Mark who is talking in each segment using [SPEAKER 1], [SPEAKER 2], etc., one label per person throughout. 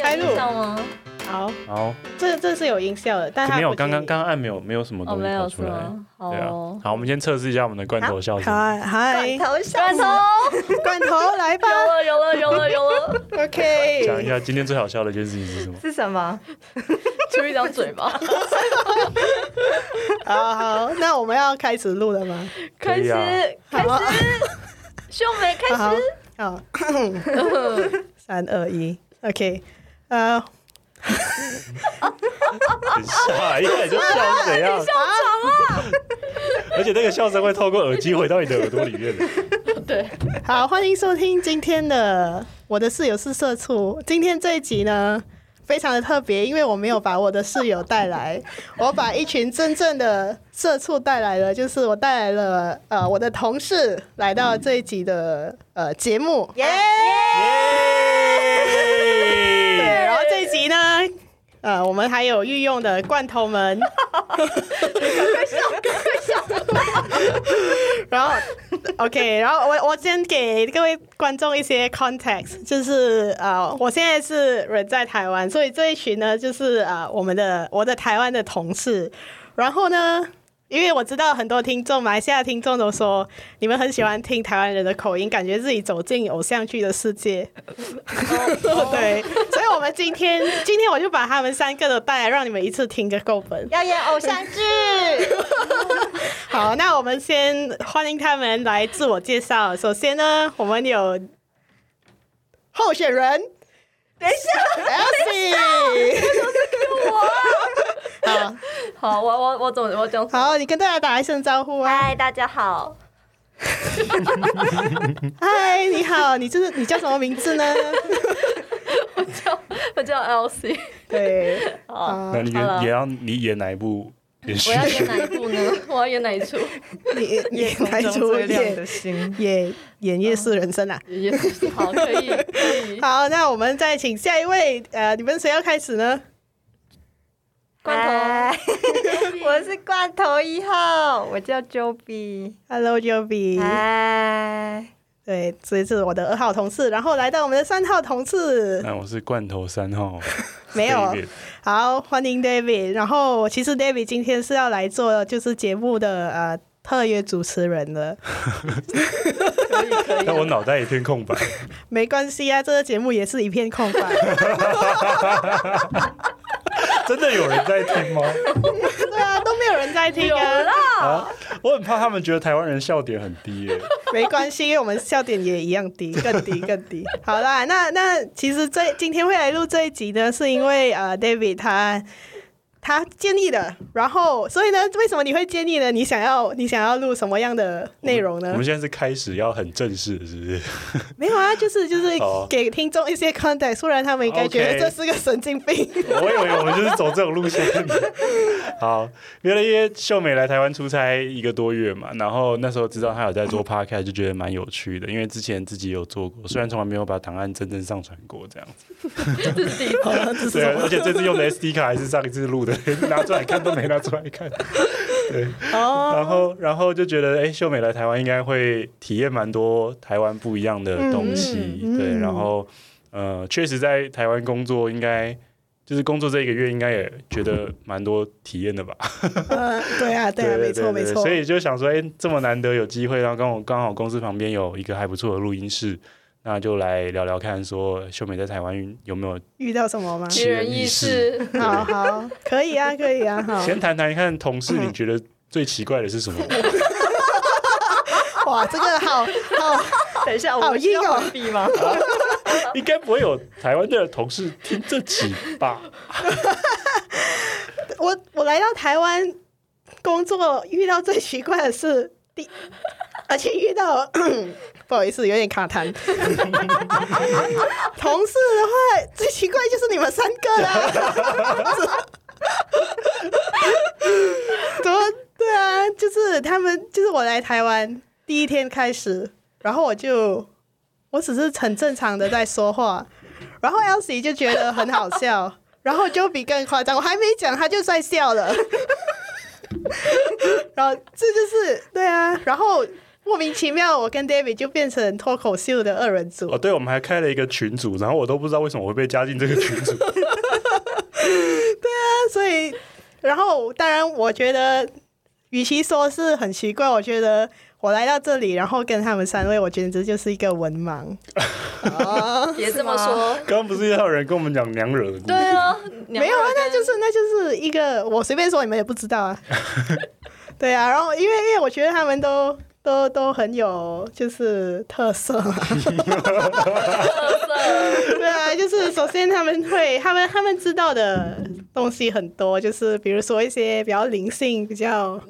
[SPEAKER 1] 开录
[SPEAKER 2] 知道吗？
[SPEAKER 1] 好，
[SPEAKER 3] 好，
[SPEAKER 1] 这这是有音效的，但
[SPEAKER 3] 没有，
[SPEAKER 1] 它不
[SPEAKER 3] 刚刚
[SPEAKER 1] 建议
[SPEAKER 3] 刚刚按没有没有什么
[SPEAKER 2] 哦，
[SPEAKER 3] 东西
[SPEAKER 2] 没
[SPEAKER 3] 跑
[SPEAKER 2] 有
[SPEAKER 3] 出
[SPEAKER 2] 是
[SPEAKER 3] 来。
[SPEAKER 2] 吗？好
[SPEAKER 3] 对啊
[SPEAKER 2] 哦，，
[SPEAKER 3] 好，我们先测试一下我们的罐头笑
[SPEAKER 1] 好，
[SPEAKER 3] 声。
[SPEAKER 1] 啊嗨，
[SPEAKER 2] 头罐头，
[SPEAKER 1] 罐头 来吧
[SPEAKER 2] 有了有了有了有了，
[SPEAKER 3] 讲一
[SPEAKER 1] ，OK，
[SPEAKER 3] 下今天最好笑的一件事情 是什么？
[SPEAKER 4] 是什么？
[SPEAKER 2] 出一张嘴巴，
[SPEAKER 1] 好好，那我们要开始录了吗？
[SPEAKER 2] 开
[SPEAKER 3] 可以
[SPEAKER 2] 始
[SPEAKER 3] 啊
[SPEAKER 2] 开
[SPEAKER 1] 好
[SPEAKER 2] 始，秀梅开
[SPEAKER 1] 好
[SPEAKER 2] 始，
[SPEAKER 1] 好，
[SPEAKER 4] 啊
[SPEAKER 1] 三二一，OK，呃，
[SPEAKER 3] 很吓，一开始就笑是怎样？笑场
[SPEAKER 2] 啊
[SPEAKER 3] 了。而且那个笑声会透过耳机回到你的耳朵里面的。
[SPEAKER 2] 对，
[SPEAKER 1] 好，欢迎收听今天的《我的室友是社畜》。今天这一集呢，非常的特别，因为我没有把我的室友带来，我把一群真正的社畜带来了，就是我带来了呃我的同事来到这一集的呃节目。
[SPEAKER 4] 耶、
[SPEAKER 1] 对，
[SPEAKER 3] 耶！
[SPEAKER 1] 然后这一集呢，呃，我们还有御用的罐头们，然后 OK，然后我我先给各位观众一些 context，就是呃，我现在是人在台湾，所以这一群呢，就是呃，我们的我的台湾的同事，然后呢。因为我知道很多听众，马来西亚听众都说你们很喜欢听台湾人的口音，感觉自己走进偶像剧的世界。哦对，所以我们今天今天我就把他们三个都带来，让你们一次听个够本。
[SPEAKER 4] 要演偶像剧，
[SPEAKER 1] 好，那我们先欢迎他们来自我介绍。首先呢，我们有候选人，
[SPEAKER 2] 等一下，
[SPEAKER 1] Elsie。好
[SPEAKER 2] 好，我我我怎么我讲？
[SPEAKER 1] 好，你跟大家打一声招呼啊！
[SPEAKER 4] 嗨，大家好，
[SPEAKER 1] 嗨，你好，你就是你叫什么名字呢？
[SPEAKER 2] 我叫 Elsie，
[SPEAKER 1] 对，
[SPEAKER 2] 好，
[SPEAKER 3] 那你
[SPEAKER 2] 好了
[SPEAKER 3] 也要你演哪一部连续
[SPEAKER 2] 我要演
[SPEAKER 3] 剧？
[SPEAKER 2] 哪一部呢？ 我要演哪一出？
[SPEAKER 1] 你你来出
[SPEAKER 4] 最亮
[SPEAKER 1] 演
[SPEAKER 4] 的心。
[SPEAKER 1] 演演夜市人生啊！
[SPEAKER 2] 也是好，可以可以，
[SPEAKER 1] 好，那我们再请下一位，呃，你们谁要开始呢？
[SPEAKER 2] 罐
[SPEAKER 4] 头，我是罐头一号，我叫 Joby。
[SPEAKER 1] Hello Joby，
[SPEAKER 5] 哎
[SPEAKER 4] 嗨，
[SPEAKER 1] 对，这是我的二号同事，然后来到我们的三号同事，
[SPEAKER 3] 那我是罐头三号。
[SPEAKER 1] 没
[SPEAKER 2] 啊
[SPEAKER 1] 有
[SPEAKER 3] David
[SPEAKER 1] 好，欢迎 David。然后其实 David 今天是要来做就是节目的呃特约主持人的，
[SPEAKER 2] 可以可以
[SPEAKER 3] 但，我脑袋一片空 白。
[SPEAKER 1] 没关系啊，这个节目也是一片空白。
[SPEAKER 3] 真的有人在听吗？
[SPEAKER 1] 对啊，都没有人在听
[SPEAKER 2] 有
[SPEAKER 1] 啊，
[SPEAKER 2] 啦
[SPEAKER 3] 啊，我很怕他们觉得台湾人笑点很低耶。
[SPEAKER 1] 没关系，因为我们笑点也一样低，更低更低。好啦，那那其实这今天会来录这一集呢，是因为呃 David 他。他建议的，然后所以呢，为什么你会建议呢？你想要你想要录什么样的内容呢
[SPEAKER 3] 我？们现在是开始要很正式的，是不是？
[SPEAKER 1] 没有啊，就是就是
[SPEAKER 3] 哦
[SPEAKER 1] 给听众一些 context，不然他们应该觉得
[SPEAKER 3] OK
[SPEAKER 1] 这是个神经病。
[SPEAKER 3] 我以为我们就是走这种路线。好，原来因为秀美来台湾出差一个多月嘛，然后那时候知道她有在做 podcast，就觉得蛮有趣的，因为之前自己有做过，虽然从来没有把档案真正上传过这样子。
[SPEAKER 2] 这是第一部，
[SPEAKER 3] 对啊，而且这次用的 SD 卡还是上一次录的， 拿出来看都没拿出来看。对，
[SPEAKER 1] 哦
[SPEAKER 3] 然后然后就觉得，哎、秀美来台湾应该会体验蛮多台湾不一样的东西，
[SPEAKER 1] 嗯嗯
[SPEAKER 3] 对，
[SPEAKER 1] 嗯
[SPEAKER 3] 然后呃，确实在台湾工作应该。就是工作这一个月，应该也觉得蛮多体验的吧？
[SPEAKER 1] 呃，对啊，对啊，没错没错
[SPEAKER 3] 所。以就想说，哎、这么难得有机会，然后刚好刚好公司旁边有一个还不错的录音室，那就来聊聊看，说秀美在台湾有没有
[SPEAKER 1] 遇到什么吗？
[SPEAKER 2] 奇人异事。
[SPEAKER 1] 好好，可以啊，可以啊，好。
[SPEAKER 3] 先谈谈看同事，你觉得最奇怪的是什么？
[SPEAKER 1] 哇，这个好好，
[SPEAKER 4] 等一下，
[SPEAKER 1] 好
[SPEAKER 4] 我需要
[SPEAKER 1] 硬哦
[SPEAKER 4] 回避 吗？
[SPEAKER 3] 应该不会有台湾的同事听这集吧？
[SPEAKER 1] 我我来到台湾工作，遇到最奇怪的是第，而且遇到 不好意思，有点卡痰。 同事的话，最奇怪就是你们三个啦。 怎么对啊？就是他们，就是我来台湾第一天开始，然后我就我只是很正常的在说话，然后 Elsie 就觉得很好 笑，然后 Joby 更夸张，我还没讲他就在 笑了。然后这就是对啊，然后莫名其妙，我跟 David 就变成脱口秀的二人组
[SPEAKER 3] 哦，。对，我们还开了一个群组，然后我都不知道为什么我会被加进这个群组。
[SPEAKER 1] 所以，然后当然，我觉得，与其说是很奇怪，我觉得我来到这里，然后跟他们三位，我简直就是一个文盲。啊
[SPEAKER 2] 别这么说。
[SPEAKER 3] 刚刚不是也有人跟我们讲娘惹的故
[SPEAKER 2] 对
[SPEAKER 3] 事？
[SPEAKER 2] 啊，
[SPEAKER 1] 没有啊，
[SPEAKER 2] 两个人
[SPEAKER 1] 那就是那就是一个我随便说，你们也不知道啊。对啊，然后因为因为我觉得他们都都都很有就是特色嘛， 对啊，就是首先他们会他们他们知道的东西很多，就是比如说一些比较灵性、比较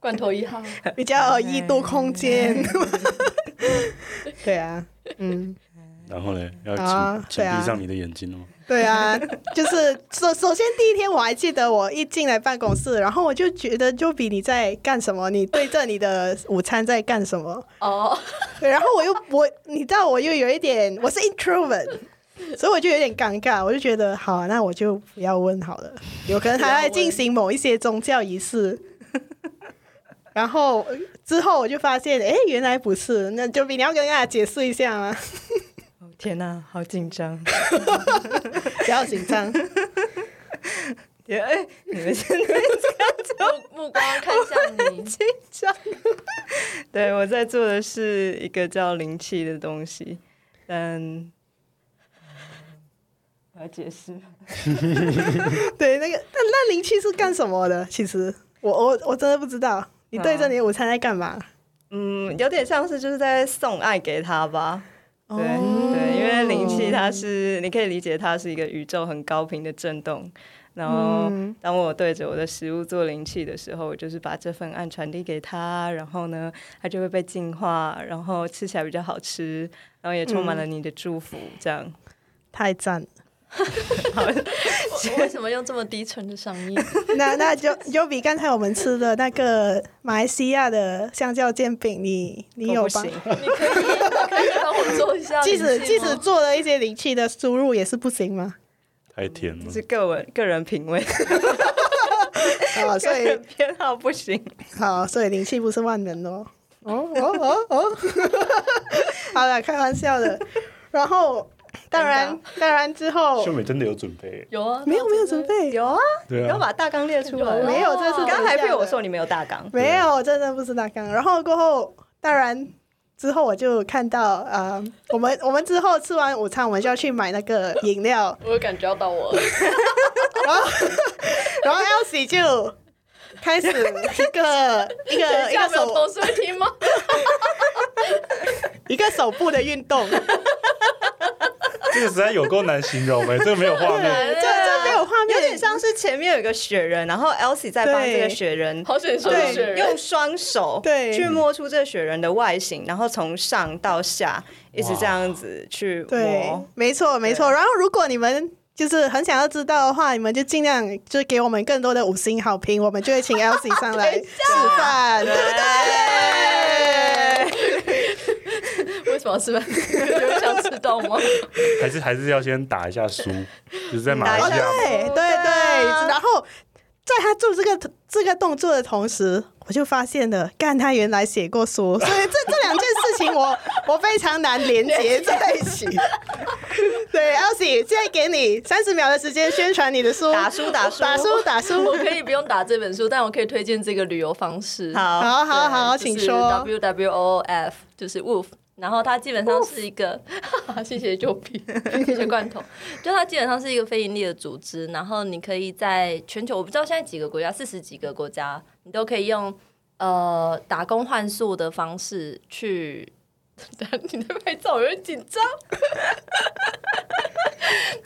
[SPEAKER 2] 罐头一号，
[SPEAKER 1] 比较异度空间。 对啊，嗯，
[SPEAKER 3] 然后呢，要请、
[SPEAKER 1] 啊
[SPEAKER 3] 请
[SPEAKER 1] 对啊
[SPEAKER 3] 闭上你的眼睛哦了吗？
[SPEAKER 1] 对啊，就是首首先第一天我还记得，我一进来办公室，然后我就觉得就比你在干什么，你对着你的午餐在干什么。
[SPEAKER 2] 哦，
[SPEAKER 1] 对，然后我又我，你知道我又有一点，我是 introvert。所以我就有点尴尬，我就觉得好、啊那我就不要问好了。有可能还在进行某一些宗教仪式， 然后之后我就发现，哎，原来不是，那就你要跟大家解释一下吗？
[SPEAKER 5] 哦天哪、好紧张！
[SPEAKER 1] 不要紧张，
[SPEAKER 5] 哎、你们现在
[SPEAKER 2] 目目光看向 你，
[SPEAKER 5] 对我在做的是一个叫灵气的东西，但呃我要解释。
[SPEAKER 1] 对，那个那那灵气是干什么的？其实我我我真的不知道，你对着你的午餐在干嘛？
[SPEAKER 5] 嗯，有点像是就是在送爱给他吧。对、对，因为灵气它是，你可以理解它是一个宇宙很高频的震动。然后，当我对着我的食物做灵气的时候，我就是把这份爱传递给他，然后呢，它就会被净化，然后吃起来比较好吃，然后也充满了你的祝福，这样。
[SPEAKER 1] 太赞了，
[SPEAKER 2] 我我为什么用这么低沉的嗓音？
[SPEAKER 1] 那那就就比刚才我们吃的那个马来西亚的香蕉煎饼，你你
[SPEAKER 5] 我
[SPEAKER 1] 有
[SPEAKER 5] 不
[SPEAKER 1] 吧
[SPEAKER 5] 行？，
[SPEAKER 2] 你可以，你可以帮我做一 下
[SPEAKER 1] 即
[SPEAKER 2] 灵气吗。
[SPEAKER 1] 使即使做了一些灵气的输入也是不行吗？
[SPEAKER 3] 太甜了
[SPEAKER 5] 是。个人个人品味、
[SPEAKER 1] 啊、所
[SPEAKER 5] 个
[SPEAKER 1] 以
[SPEAKER 5] 人偏好不行。
[SPEAKER 1] 好，所以灵气不是万能的哦。哦哦哦哦， 好了，开玩笑的。然后当然当然之后
[SPEAKER 3] 秀美真的有准备，
[SPEAKER 2] 有啊，
[SPEAKER 1] 没有没有准备，
[SPEAKER 5] 有啊，
[SPEAKER 3] 对
[SPEAKER 5] 你要
[SPEAKER 3] 啊，
[SPEAKER 5] 把大纲列出来。
[SPEAKER 2] 有
[SPEAKER 1] 没有这是
[SPEAKER 5] 你刚
[SPEAKER 1] 等
[SPEAKER 5] 才
[SPEAKER 1] 一下
[SPEAKER 5] 被我
[SPEAKER 1] 的
[SPEAKER 5] 说你没有大纲，
[SPEAKER 1] 没有，我真的不是大纲。然后过后，当然之后我就看到，呃，我们我们之后吃完午餐，我们就要去买那个饮料，
[SPEAKER 2] 我有感觉到我了，
[SPEAKER 1] 然后 Elsie 就开始一个一
[SPEAKER 2] 等
[SPEAKER 1] 个
[SPEAKER 2] 呃一
[SPEAKER 1] 一个
[SPEAKER 2] 下没有
[SPEAKER 1] 手
[SPEAKER 2] 同事会听吗？
[SPEAKER 1] 一个手部的运动，这
[SPEAKER 3] 这个实在有够难形容哎、这个没有画面。
[SPEAKER 1] 这这没有画面，
[SPEAKER 5] 有点像是前面有一个雪人，然后 Elsie 在帮
[SPEAKER 1] 对
[SPEAKER 5] 这个雪 人。
[SPEAKER 2] 好险说
[SPEAKER 5] 对
[SPEAKER 2] 是雪，人
[SPEAKER 5] 用双手
[SPEAKER 1] 对
[SPEAKER 5] 去摸出这个雪人的外形，然后从上到下一直这样子去
[SPEAKER 1] 对
[SPEAKER 5] 摸。，
[SPEAKER 1] 没错没错。然后如果你们就是很想要知道的话，你们就尽量就给我们更多的五星好评，我们就会请 Elsie 上来示范，对不对？
[SPEAKER 2] 为什么要吃饭？ 有人想知道吗？
[SPEAKER 3] 还是还是要先打一下书，就是在马来
[SPEAKER 5] 打
[SPEAKER 1] 哦，
[SPEAKER 5] 一
[SPEAKER 3] 西
[SPEAKER 5] 下
[SPEAKER 3] 亚
[SPEAKER 1] 对
[SPEAKER 3] 嘛。
[SPEAKER 1] 对对，然后。在他做这个这个动作的同时，我就发现了，干他原来写过书， 所以这这两件事情我 我非常难连接在一起。 对，Elsie，现在给你三十秒的时间宣传你的书，
[SPEAKER 5] 打书打书
[SPEAKER 1] 打书打 书，
[SPEAKER 2] 我可以不用打这本书，但我可以推荐这个旅游方式。
[SPEAKER 5] 好，
[SPEAKER 1] 好好好，
[SPEAKER 2] 对
[SPEAKER 1] 请
[SPEAKER 2] 就是
[SPEAKER 1] 说。
[SPEAKER 2] W W O F 就是 Woof，然后它基本上是一个， 谢谢旧皮，谢谢罐头，就它基本上是一个非盈利的组织，然后你可以在全球，我不知道现在几个国家，四十几个国家，你都可以用呃打工换宿的方式去。 你在拍照，我有点紧张。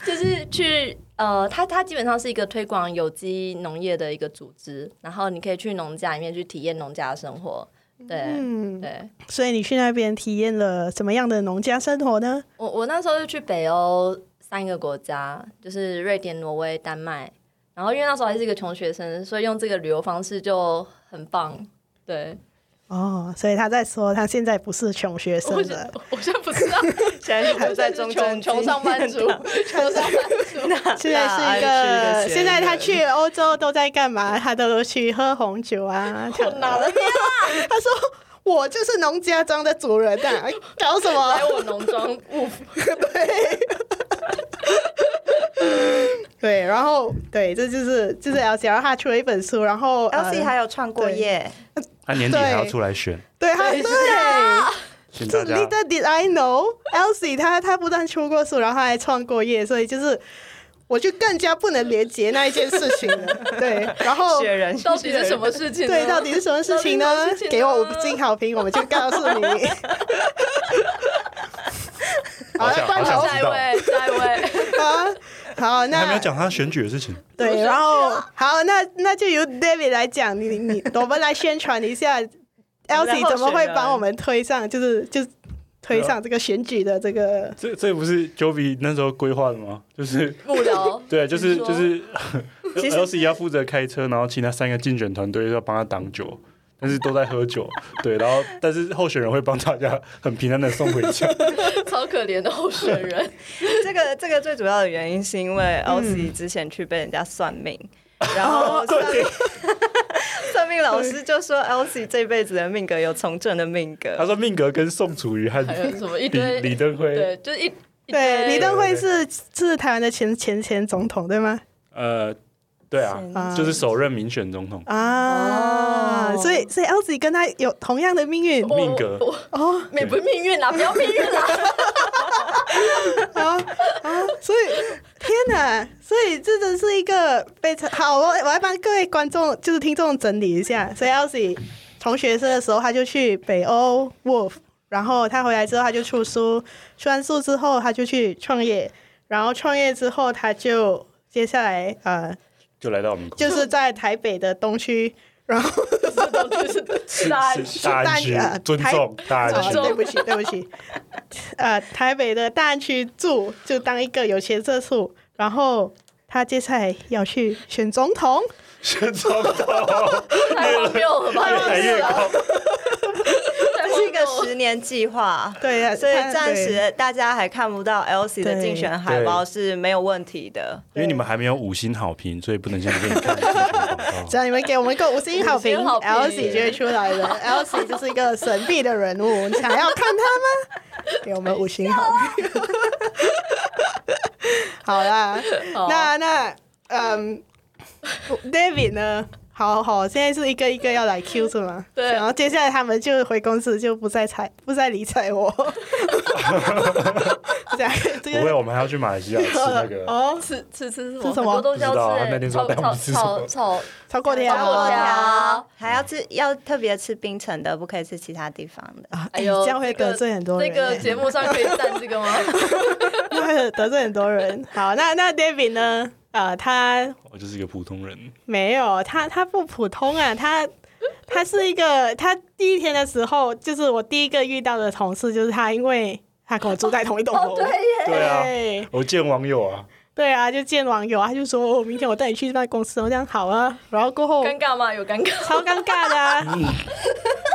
[SPEAKER 2] 就是去呃，它它基本上是一个推广有机农业的一个组织，然后你可以去农家里面去体验农家的生活。对、
[SPEAKER 1] 嗯，
[SPEAKER 2] 对，
[SPEAKER 1] 所以你去那边体验了什么样的农家生活呢？
[SPEAKER 2] 我我那时候就去北欧三个国家，就是瑞典、挪威、丹麦。然后因为那时候还是一个穷学生，所以用这个旅游方式就很棒。对，
[SPEAKER 1] 哦，所以他在说他现在不是穷学生
[SPEAKER 2] 我现
[SPEAKER 1] 了，
[SPEAKER 2] 我现在不知道，
[SPEAKER 5] 现在还在中正
[SPEAKER 2] 穷穷上班族，穷上班 族。
[SPEAKER 1] 现在是一
[SPEAKER 5] 大安区的
[SPEAKER 1] 个，
[SPEAKER 5] 学
[SPEAKER 1] 现在他去欧洲都在干嘛？他都去喝红酒啊。他
[SPEAKER 2] 我哪来
[SPEAKER 1] 他说我就是农家庄的主人啊，搞什么
[SPEAKER 2] 来？我 农庄误
[SPEAKER 1] 对，然后对，这就是就是 L C，然后他出了一本书，然后呃
[SPEAKER 4] L C 还
[SPEAKER 1] 有
[SPEAKER 4] 有创过业，
[SPEAKER 3] 他年底还要出来选，
[SPEAKER 1] 对他对。
[SPEAKER 3] 请
[SPEAKER 1] 是
[SPEAKER 3] 大家
[SPEAKER 1] Little did I know Elsie 她她不但出过书，然后她还创过业，所以就是我就更加不能连接那一件事情了。对，然后
[SPEAKER 5] 雪人
[SPEAKER 2] 到底是什么事情呢？
[SPEAKER 1] 对，到底是什么事情
[SPEAKER 2] 到
[SPEAKER 1] 呢
[SPEAKER 2] 底是什么事情？呢
[SPEAKER 1] 给我五星好评，我们就告诉你。 好
[SPEAKER 3] 好
[SPEAKER 1] 了，
[SPEAKER 3] 想
[SPEAKER 1] 关头
[SPEAKER 3] 好想
[SPEAKER 2] 下一位，下一位，
[SPEAKER 1] 好，好，
[SPEAKER 3] 你还没有
[SPEAKER 1] 那
[SPEAKER 3] 讲他选举的事情，
[SPEAKER 1] 对，然后
[SPEAKER 2] 啊
[SPEAKER 1] 好，那那就由 David 来讲，你你我们来宣传 一下 Elsie 怎么会帮我们推上，就是就是推
[SPEAKER 3] 啊
[SPEAKER 1] 上这个选举的这个。
[SPEAKER 3] 这这不是 Joby 那时候规划的吗？就是
[SPEAKER 2] 幕僚。
[SPEAKER 3] 对，就是
[SPEAKER 2] 你说
[SPEAKER 3] 就是 L C 要负责开车，然后其他三个竞选团队要帮他挡酒，但是都在喝酒，对，然后但是候选人会帮大家很平安的送回家，
[SPEAKER 2] 超可怜的候选 人，
[SPEAKER 5] 这个这个最主要的原因是因为
[SPEAKER 1] 嗯
[SPEAKER 5] Elsie 之前去被人家算命，
[SPEAKER 1] 哦
[SPEAKER 5] 然后算 命算命老师就说 Elsie 这辈子的命格有从政的命
[SPEAKER 3] 他
[SPEAKER 5] 格，
[SPEAKER 3] 说命格跟宋楚瑜和
[SPEAKER 2] 还有什么一
[SPEAKER 3] 李
[SPEAKER 2] 堆
[SPEAKER 3] 李登辉，
[SPEAKER 2] 对，就一一
[SPEAKER 1] 对，
[SPEAKER 2] 堆
[SPEAKER 1] 李登辉是是台湾的前前前总统对吗？
[SPEAKER 3] 呃，对啊，
[SPEAKER 1] 啊
[SPEAKER 3] 就是首任民选总统，
[SPEAKER 1] 啊，
[SPEAKER 2] 哦
[SPEAKER 1] 所以所以 Elsie 跟他有同样的命运
[SPEAKER 2] 我
[SPEAKER 3] 命格
[SPEAKER 2] 我
[SPEAKER 1] 哦
[SPEAKER 2] 命不命运啦，不要命运啊啦，
[SPEAKER 1] 啊啊！所以天哪，所以这真是一个非常好。我我来帮各位观众就是听众整理一下。所以 Elsie 从学生的时候，他就去北欧 Wolf，然后他回来之后他就出书，出完书之后他就去创业，然后创业之后他就接下来呃
[SPEAKER 3] 就来到我们公司
[SPEAKER 1] 就是在台北的东区。然后
[SPEAKER 2] 是啊，
[SPEAKER 3] 是大安区
[SPEAKER 1] 是大安，
[SPEAKER 3] 尊重大安
[SPEAKER 1] 啊
[SPEAKER 3] 区，
[SPEAKER 1] 对不起，对不起，呃，台北的大安区住就当一个有钱社畜，然后他接下来要去选总统，
[SPEAKER 3] 选总统
[SPEAKER 2] 太荒谬了吧？
[SPEAKER 3] 越来越高，
[SPEAKER 2] 太
[SPEAKER 5] 这
[SPEAKER 2] 荒
[SPEAKER 5] 是一个
[SPEAKER 2] 谬了
[SPEAKER 5] 十年计划。
[SPEAKER 1] 对啊，
[SPEAKER 5] 所以
[SPEAKER 1] 他
[SPEAKER 5] 暂。
[SPEAKER 1] 对
[SPEAKER 5] 时大家还看不到 Elsie 的
[SPEAKER 1] 对
[SPEAKER 5] 竞选海报是没有问题的。
[SPEAKER 3] 因为你们还没有五星好评，所以不能现在给你看竞选广告
[SPEAKER 1] 只。要你们给我们一个五星好评
[SPEAKER 2] 五星好评
[SPEAKER 1] ，L C 就会出来的。L C 就是一个神秘的人物，你想要看他吗？给我们五星好评。 好啦，
[SPEAKER 2] 好
[SPEAKER 1] 那那嗯，David 呢？好好，现在是一个一个要来 Q 是吗？
[SPEAKER 2] 对
[SPEAKER 1] 然后接下来他们就回公司，就不再睬，不再理 睬我。这样这
[SPEAKER 3] 不会，
[SPEAKER 1] 个
[SPEAKER 3] 我们还要去马来西亚吃那 个
[SPEAKER 1] 哦，
[SPEAKER 2] 吃吃吃什
[SPEAKER 1] 吃
[SPEAKER 2] 么？
[SPEAKER 1] 什么哎
[SPEAKER 2] 很多东西要
[SPEAKER 3] 不知道
[SPEAKER 2] 吃
[SPEAKER 3] 啊
[SPEAKER 2] 欸，
[SPEAKER 3] 那天说
[SPEAKER 2] 炒
[SPEAKER 3] 带我们
[SPEAKER 2] 炒
[SPEAKER 3] 吃什么
[SPEAKER 2] 炒炒
[SPEAKER 1] 超过点
[SPEAKER 2] 超过
[SPEAKER 1] 啊
[SPEAKER 2] 天！
[SPEAKER 5] 条哦还要吃，要特别吃冰城的，不可以吃其他地方的。
[SPEAKER 1] 啊
[SPEAKER 2] 哎
[SPEAKER 1] 哎
[SPEAKER 2] 呦，
[SPEAKER 1] 这样会得罪很多人
[SPEAKER 2] 这
[SPEAKER 1] 欸。
[SPEAKER 2] 个节目上可以赞这个 吗？
[SPEAKER 1] 会 得罪很多人。好，那那 David 呢？呃，他
[SPEAKER 3] 我就是一个普通人，
[SPEAKER 1] 没有，他他不普通啊，他他是一个，他第一天的时候，就是我第一个遇到的同事，就是他，因为他跟我住在同一栋楼，
[SPEAKER 2] 哦，对耶，
[SPEAKER 3] 对啊，
[SPEAKER 1] 对
[SPEAKER 3] 我见网友 啊，
[SPEAKER 1] 对啊，就见网友啊，他就说，哦，明天我带你去那公司，我讲好啊，然后过后
[SPEAKER 2] 尴尬吗？有尴尬。
[SPEAKER 1] 超尴尬的、啊，
[SPEAKER 3] 嗯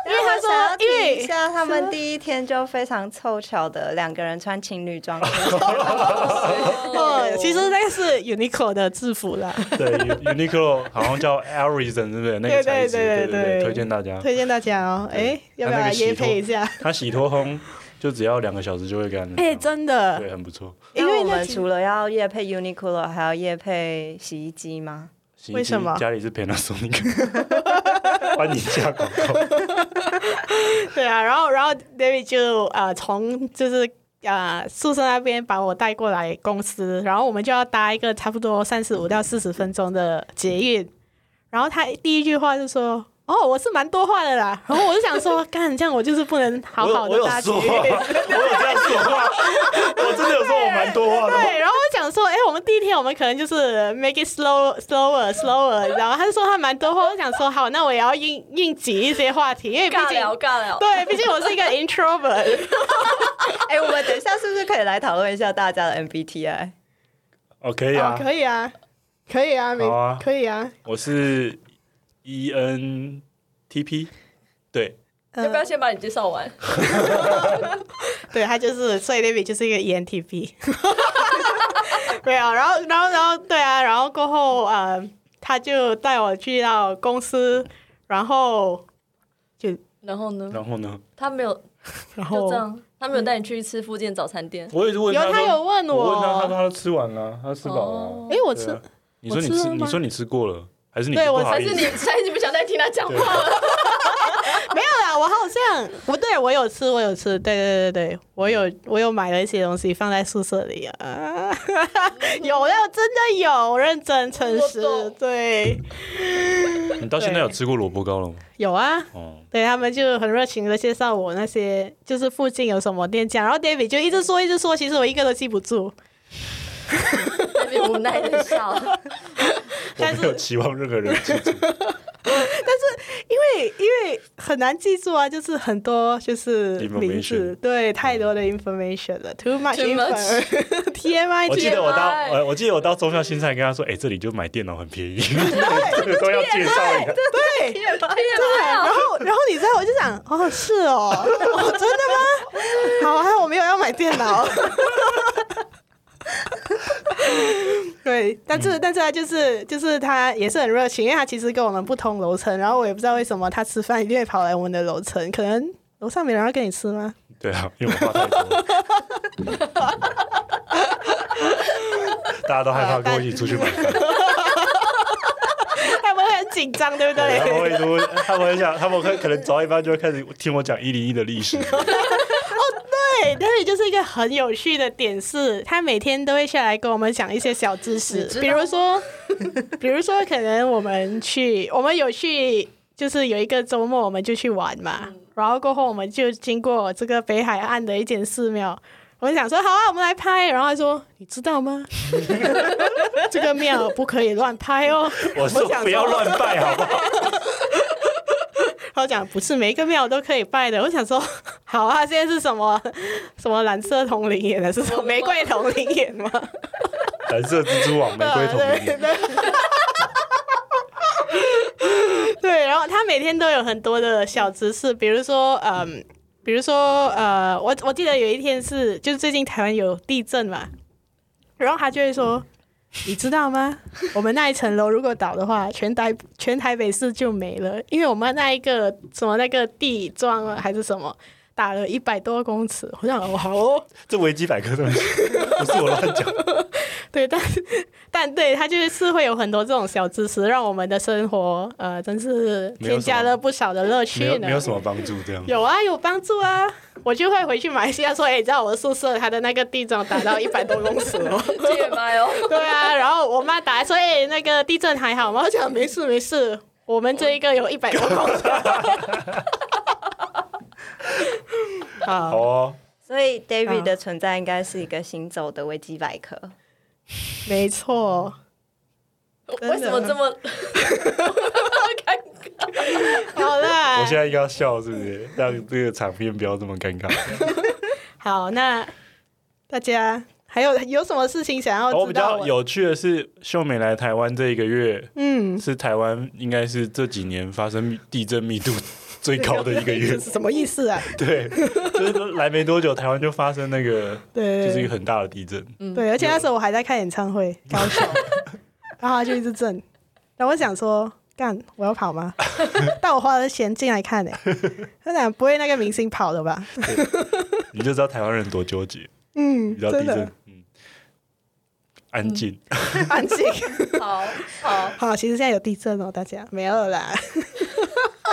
[SPEAKER 1] 因为他
[SPEAKER 4] 我想
[SPEAKER 1] 说
[SPEAKER 4] 要，
[SPEAKER 1] 因
[SPEAKER 4] 提一
[SPEAKER 1] 为
[SPEAKER 4] 下，他们第一天就非常凑巧的两个人穿情侣装，
[SPEAKER 1] 呃，其实那个是 Uniqlo 的制服 啦，
[SPEAKER 3] 对 Uniqlo 好像叫 a r i s o n 是不是？那个材质，
[SPEAKER 1] 对对对对
[SPEAKER 3] 对
[SPEAKER 1] 对
[SPEAKER 3] 推荐大家。
[SPEAKER 1] 推荐大家哦，哎，要不要
[SPEAKER 3] 他那
[SPEAKER 1] 来
[SPEAKER 3] 个洗
[SPEAKER 1] 夜配一下？
[SPEAKER 3] 它洗脱烘就只要两个小时就会干了，
[SPEAKER 1] 哎，真的，
[SPEAKER 3] 对，很不错。
[SPEAKER 1] 因为
[SPEAKER 5] 那我
[SPEAKER 1] 那
[SPEAKER 5] 们
[SPEAKER 1] 其
[SPEAKER 5] 除了要夜配 Uniqlo，还要夜配洗衣机吗？
[SPEAKER 3] 洗衣机
[SPEAKER 1] 为什么
[SPEAKER 3] 家里是 Panasonic，欢迎下广告。
[SPEAKER 1] 对啊，然后然后 David 就呃从就是呃宿舍那边把我带过来公司，然后我们就要搭一个差不多三十五到四十分钟的捷运，然后他第一句话就说。哦，我是蛮多话的啦，然后我就想说，干这样我就是不能好好
[SPEAKER 3] 我
[SPEAKER 1] 的
[SPEAKER 3] 有我
[SPEAKER 1] 搭
[SPEAKER 3] 有
[SPEAKER 1] 捷
[SPEAKER 3] 说
[SPEAKER 1] 运，
[SPEAKER 3] 话，我有这样 说话，我真的有说我蛮多话的。
[SPEAKER 1] 对，然后我想说，哎、我们第一天我们可能就是 make it slow slower slower，然后他就说他蛮多话，我就想说好，那我也要应应急一些话题，因 为毕
[SPEAKER 2] 尬
[SPEAKER 1] 竟
[SPEAKER 2] 聊尬聊，
[SPEAKER 1] 对，毕竟我是一个 introvert，
[SPEAKER 5] 哎、我们等一下是不是可以来讨论一下大家的 MBTI？
[SPEAKER 3] 哦，可以
[SPEAKER 1] 哦
[SPEAKER 3] 啊，，
[SPEAKER 1] 可以啊，可以啊，没、
[SPEAKER 3] 好啊
[SPEAKER 1] 可以啊。
[SPEAKER 3] E 我是 ENTP，对
[SPEAKER 2] 要不要先把你介绍完？
[SPEAKER 1] 对他就是，所以 David 就是一个 ENTP，没有，然后然后然后对啊，然后过后呃，他就带我去到公司，然后
[SPEAKER 2] 然后呢？
[SPEAKER 3] 然后呢，
[SPEAKER 2] 他没有，
[SPEAKER 1] 然
[SPEAKER 2] 就
[SPEAKER 1] 后
[SPEAKER 2] 这样，他没有带你去吃附近早餐店。
[SPEAKER 3] 我也是问
[SPEAKER 1] 有
[SPEAKER 3] 他
[SPEAKER 1] 他
[SPEAKER 3] 说
[SPEAKER 1] 有问
[SPEAKER 3] 我问他，他
[SPEAKER 1] 我，
[SPEAKER 3] 说他吃完了，他吃饱了
[SPEAKER 2] 哦。
[SPEAKER 1] 诶，我
[SPEAKER 3] 对
[SPEAKER 1] 吃
[SPEAKER 3] 啊你说你
[SPEAKER 1] 我吃
[SPEAKER 3] 吃，
[SPEAKER 1] 了吗
[SPEAKER 3] 你说你吃过了，还是你
[SPEAKER 1] 对
[SPEAKER 3] 不
[SPEAKER 1] 我
[SPEAKER 3] 好
[SPEAKER 2] 还
[SPEAKER 3] 意
[SPEAKER 2] 是
[SPEAKER 3] 思
[SPEAKER 2] 你，还是你不想再听他讲话了？
[SPEAKER 1] 没有啦，我好像不对，我有吃，我有吃，对对对对对，我有我有买了一些东西放在宿舍里啊，
[SPEAKER 2] 嗯
[SPEAKER 1] 有要真的有，认真诚实
[SPEAKER 2] 我，懂
[SPEAKER 1] 对，
[SPEAKER 3] 你到现在有吃过萝卜糕了吗？
[SPEAKER 1] 有啊，
[SPEAKER 3] 哦，
[SPEAKER 1] 对他们就很热情的介绍我那些就是附近有什么店家，然后 David 就一直说一直说，其实我一个都记不住。
[SPEAKER 2] 那边无奈的笑。
[SPEAKER 3] 我
[SPEAKER 1] 但是
[SPEAKER 3] 没有期望任何人记 住。
[SPEAKER 1] 对，因为很难记住啊，就是很多就是名
[SPEAKER 3] Information
[SPEAKER 1] 字，对，太多的 information 了，too much
[SPEAKER 2] Too much
[SPEAKER 1] info，TMI
[SPEAKER 3] 我记得我到
[SPEAKER 2] TMI
[SPEAKER 3] 呃，我记得我到中校新菜跟他说，哎，这里就买电脑很 便宜，这个都要介绍一下。
[SPEAKER 1] 对 对，
[SPEAKER 2] 哎
[SPEAKER 1] 啊然后然后你知道我就想，哦，是哦，哦真 的吗？好，还好我没有要买电 脑。对，但是但是他就是就是他也是很热情，因为他其实跟我们不同楼层，然后我也不知道为什么他吃饭一定会跑来我们的楼层，可能楼上没人要跟你吃吗？
[SPEAKER 3] 对啊，因为我话太多了，大家都害怕跟我一起出去买饭，
[SPEAKER 1] 他们会很紧张，对不对？
[SPEAKER 3] 他们会说，他们会想，他们会可能早一班就会开始听我讲一零一的历 史，
[SPEAKER 1] 对，但是就是一个很有趣的点是，他每天都会下来跟我们讲一些小知识，比如说， 比如说可能我们去，我们有去，就是有一个周末我们就去玩嘛，然后过后我们就经过这个北海岸的一间寺庙。我们想说好啊，我们来拍。然后他说：“你知道吗？ 这个庙不可以乱拍哦。”
[SPEAKER 3] 我说
[SPEAKER 1] 想
[SPEAKER 3] 不要
[SPEAKER 1] 说
[SPEAKER 3] 乱拜好不好？
[SPEAKER 1] 他讲不是每一个庙都可以拜的。我想说，好啊，现在是什么什么蓝色铜铃眼啊的，是什么玫瑰铜铃眼吗？
[SPEAKER 3] 蓝色蜘蛛网玫瑰同
[SPEAKER 1] 对
[SPEAKER 3] 名，
[SPEAKER 1] 对，然后他每天都有很多的小知识，比如说，嗯，比如说，呃，我我记得有一天是，就是最近台湾有地震嘛，然后他就会说。你知道吗？我们那一层楼如果倒的话，全台全台北市就没了，因为我们那一个什么那个地桩啊还是什么，打了一百多公尺。我想，哦，好哦，
[SPEAKER 3] 这维基百科 这么写，不是我乱讲。
[SPEAKER 1] 对，但是 但对他就是会有很多这种小知识，让我们的生活呃，真是
[SPEAKER 3] 没有
[SPEAKER 1] 添加
[SPEAKER 3] 什么
[SPEAKER 1] 了不少的乐趣
[SPEAKER 3] 没有
[SPEAKER 1] 呢。
[SPEAKER 3] 没有什么帮助这样。
[SPEAKER 1] 有啊，有帮助啊！我就会回去马来西亚说，哎、你知道我宿舍它的那个地震打到一百多公尺哦。
[SPEAKER 2] TMI 哦，
[SPEAKER 1] 对啊，然后我妈打来说，哎、那个地震还好吗？我讲没事没事，我们这一个有一百多公尺。
[SPEAKER 3] 好
[SPEAKER 1] 好，
[SPEAKER 3] 哦，
[SPEAKER 5] 所以
[SPEAKER 1] 啊
[SPEAKER 5] David 的存在应该是一个行走的维基百科。
[SPEAKER 1] 没错。真的
[SPEAKER 2] 为什么这么 尴尬？
[SPEAKER 1] 好啦，
[SPEAKER 3] 我现在应该要笑是不是？让这个场面不要这么尴尬。
[SPEAKER 1] 好，那大家还有有什么事情想
[SPEAKER 3] 然后
[SPEAKER 1] 要
[SPEAKER 3] 哦比
[SPEAKER 1] 知道
[SPEAKER 3] 较
[SPEAKER 1] 我？
[SPEAKER 3] 有趣的是，秀美来台湾这一个月
[SPEAKER 1] 嗯，
[SPEAKER 3] 是台湾应该是这几年发生地震密度 最高的一个月
[SPEAKER 1] 这。是什么意思啊？
[SPEAKER 3] 对，就是来没多久，台湾就发生那个
[SPEAKER 1] 对，
[SPEAKER 3] 就是一个很大的地震。
[SPEAKER 1] 对，而且那时候我还在看演唱会，高 手，然后他就一直震，然后我想说，干，我要跑吗？ 但我花了钱进来看呢、欸他想啊不会那个明星跑的吧？
[SPEAKER 3] 你就知道台湾人多纠结，
[SPEAKER 1] 嗯，
[SPEAKER 3] 遇到地
[SPEAKER 1] 真
[SPEAKER 3] 震
[SPEAKER 1] 的，
[SPEAKER 3] 嗯，安静。
[SPEAKER 1] 安静。
[SPEAKER 2] 好好，
[SPEAKER 1] 好，其实现在有地震哦，大家没有啦，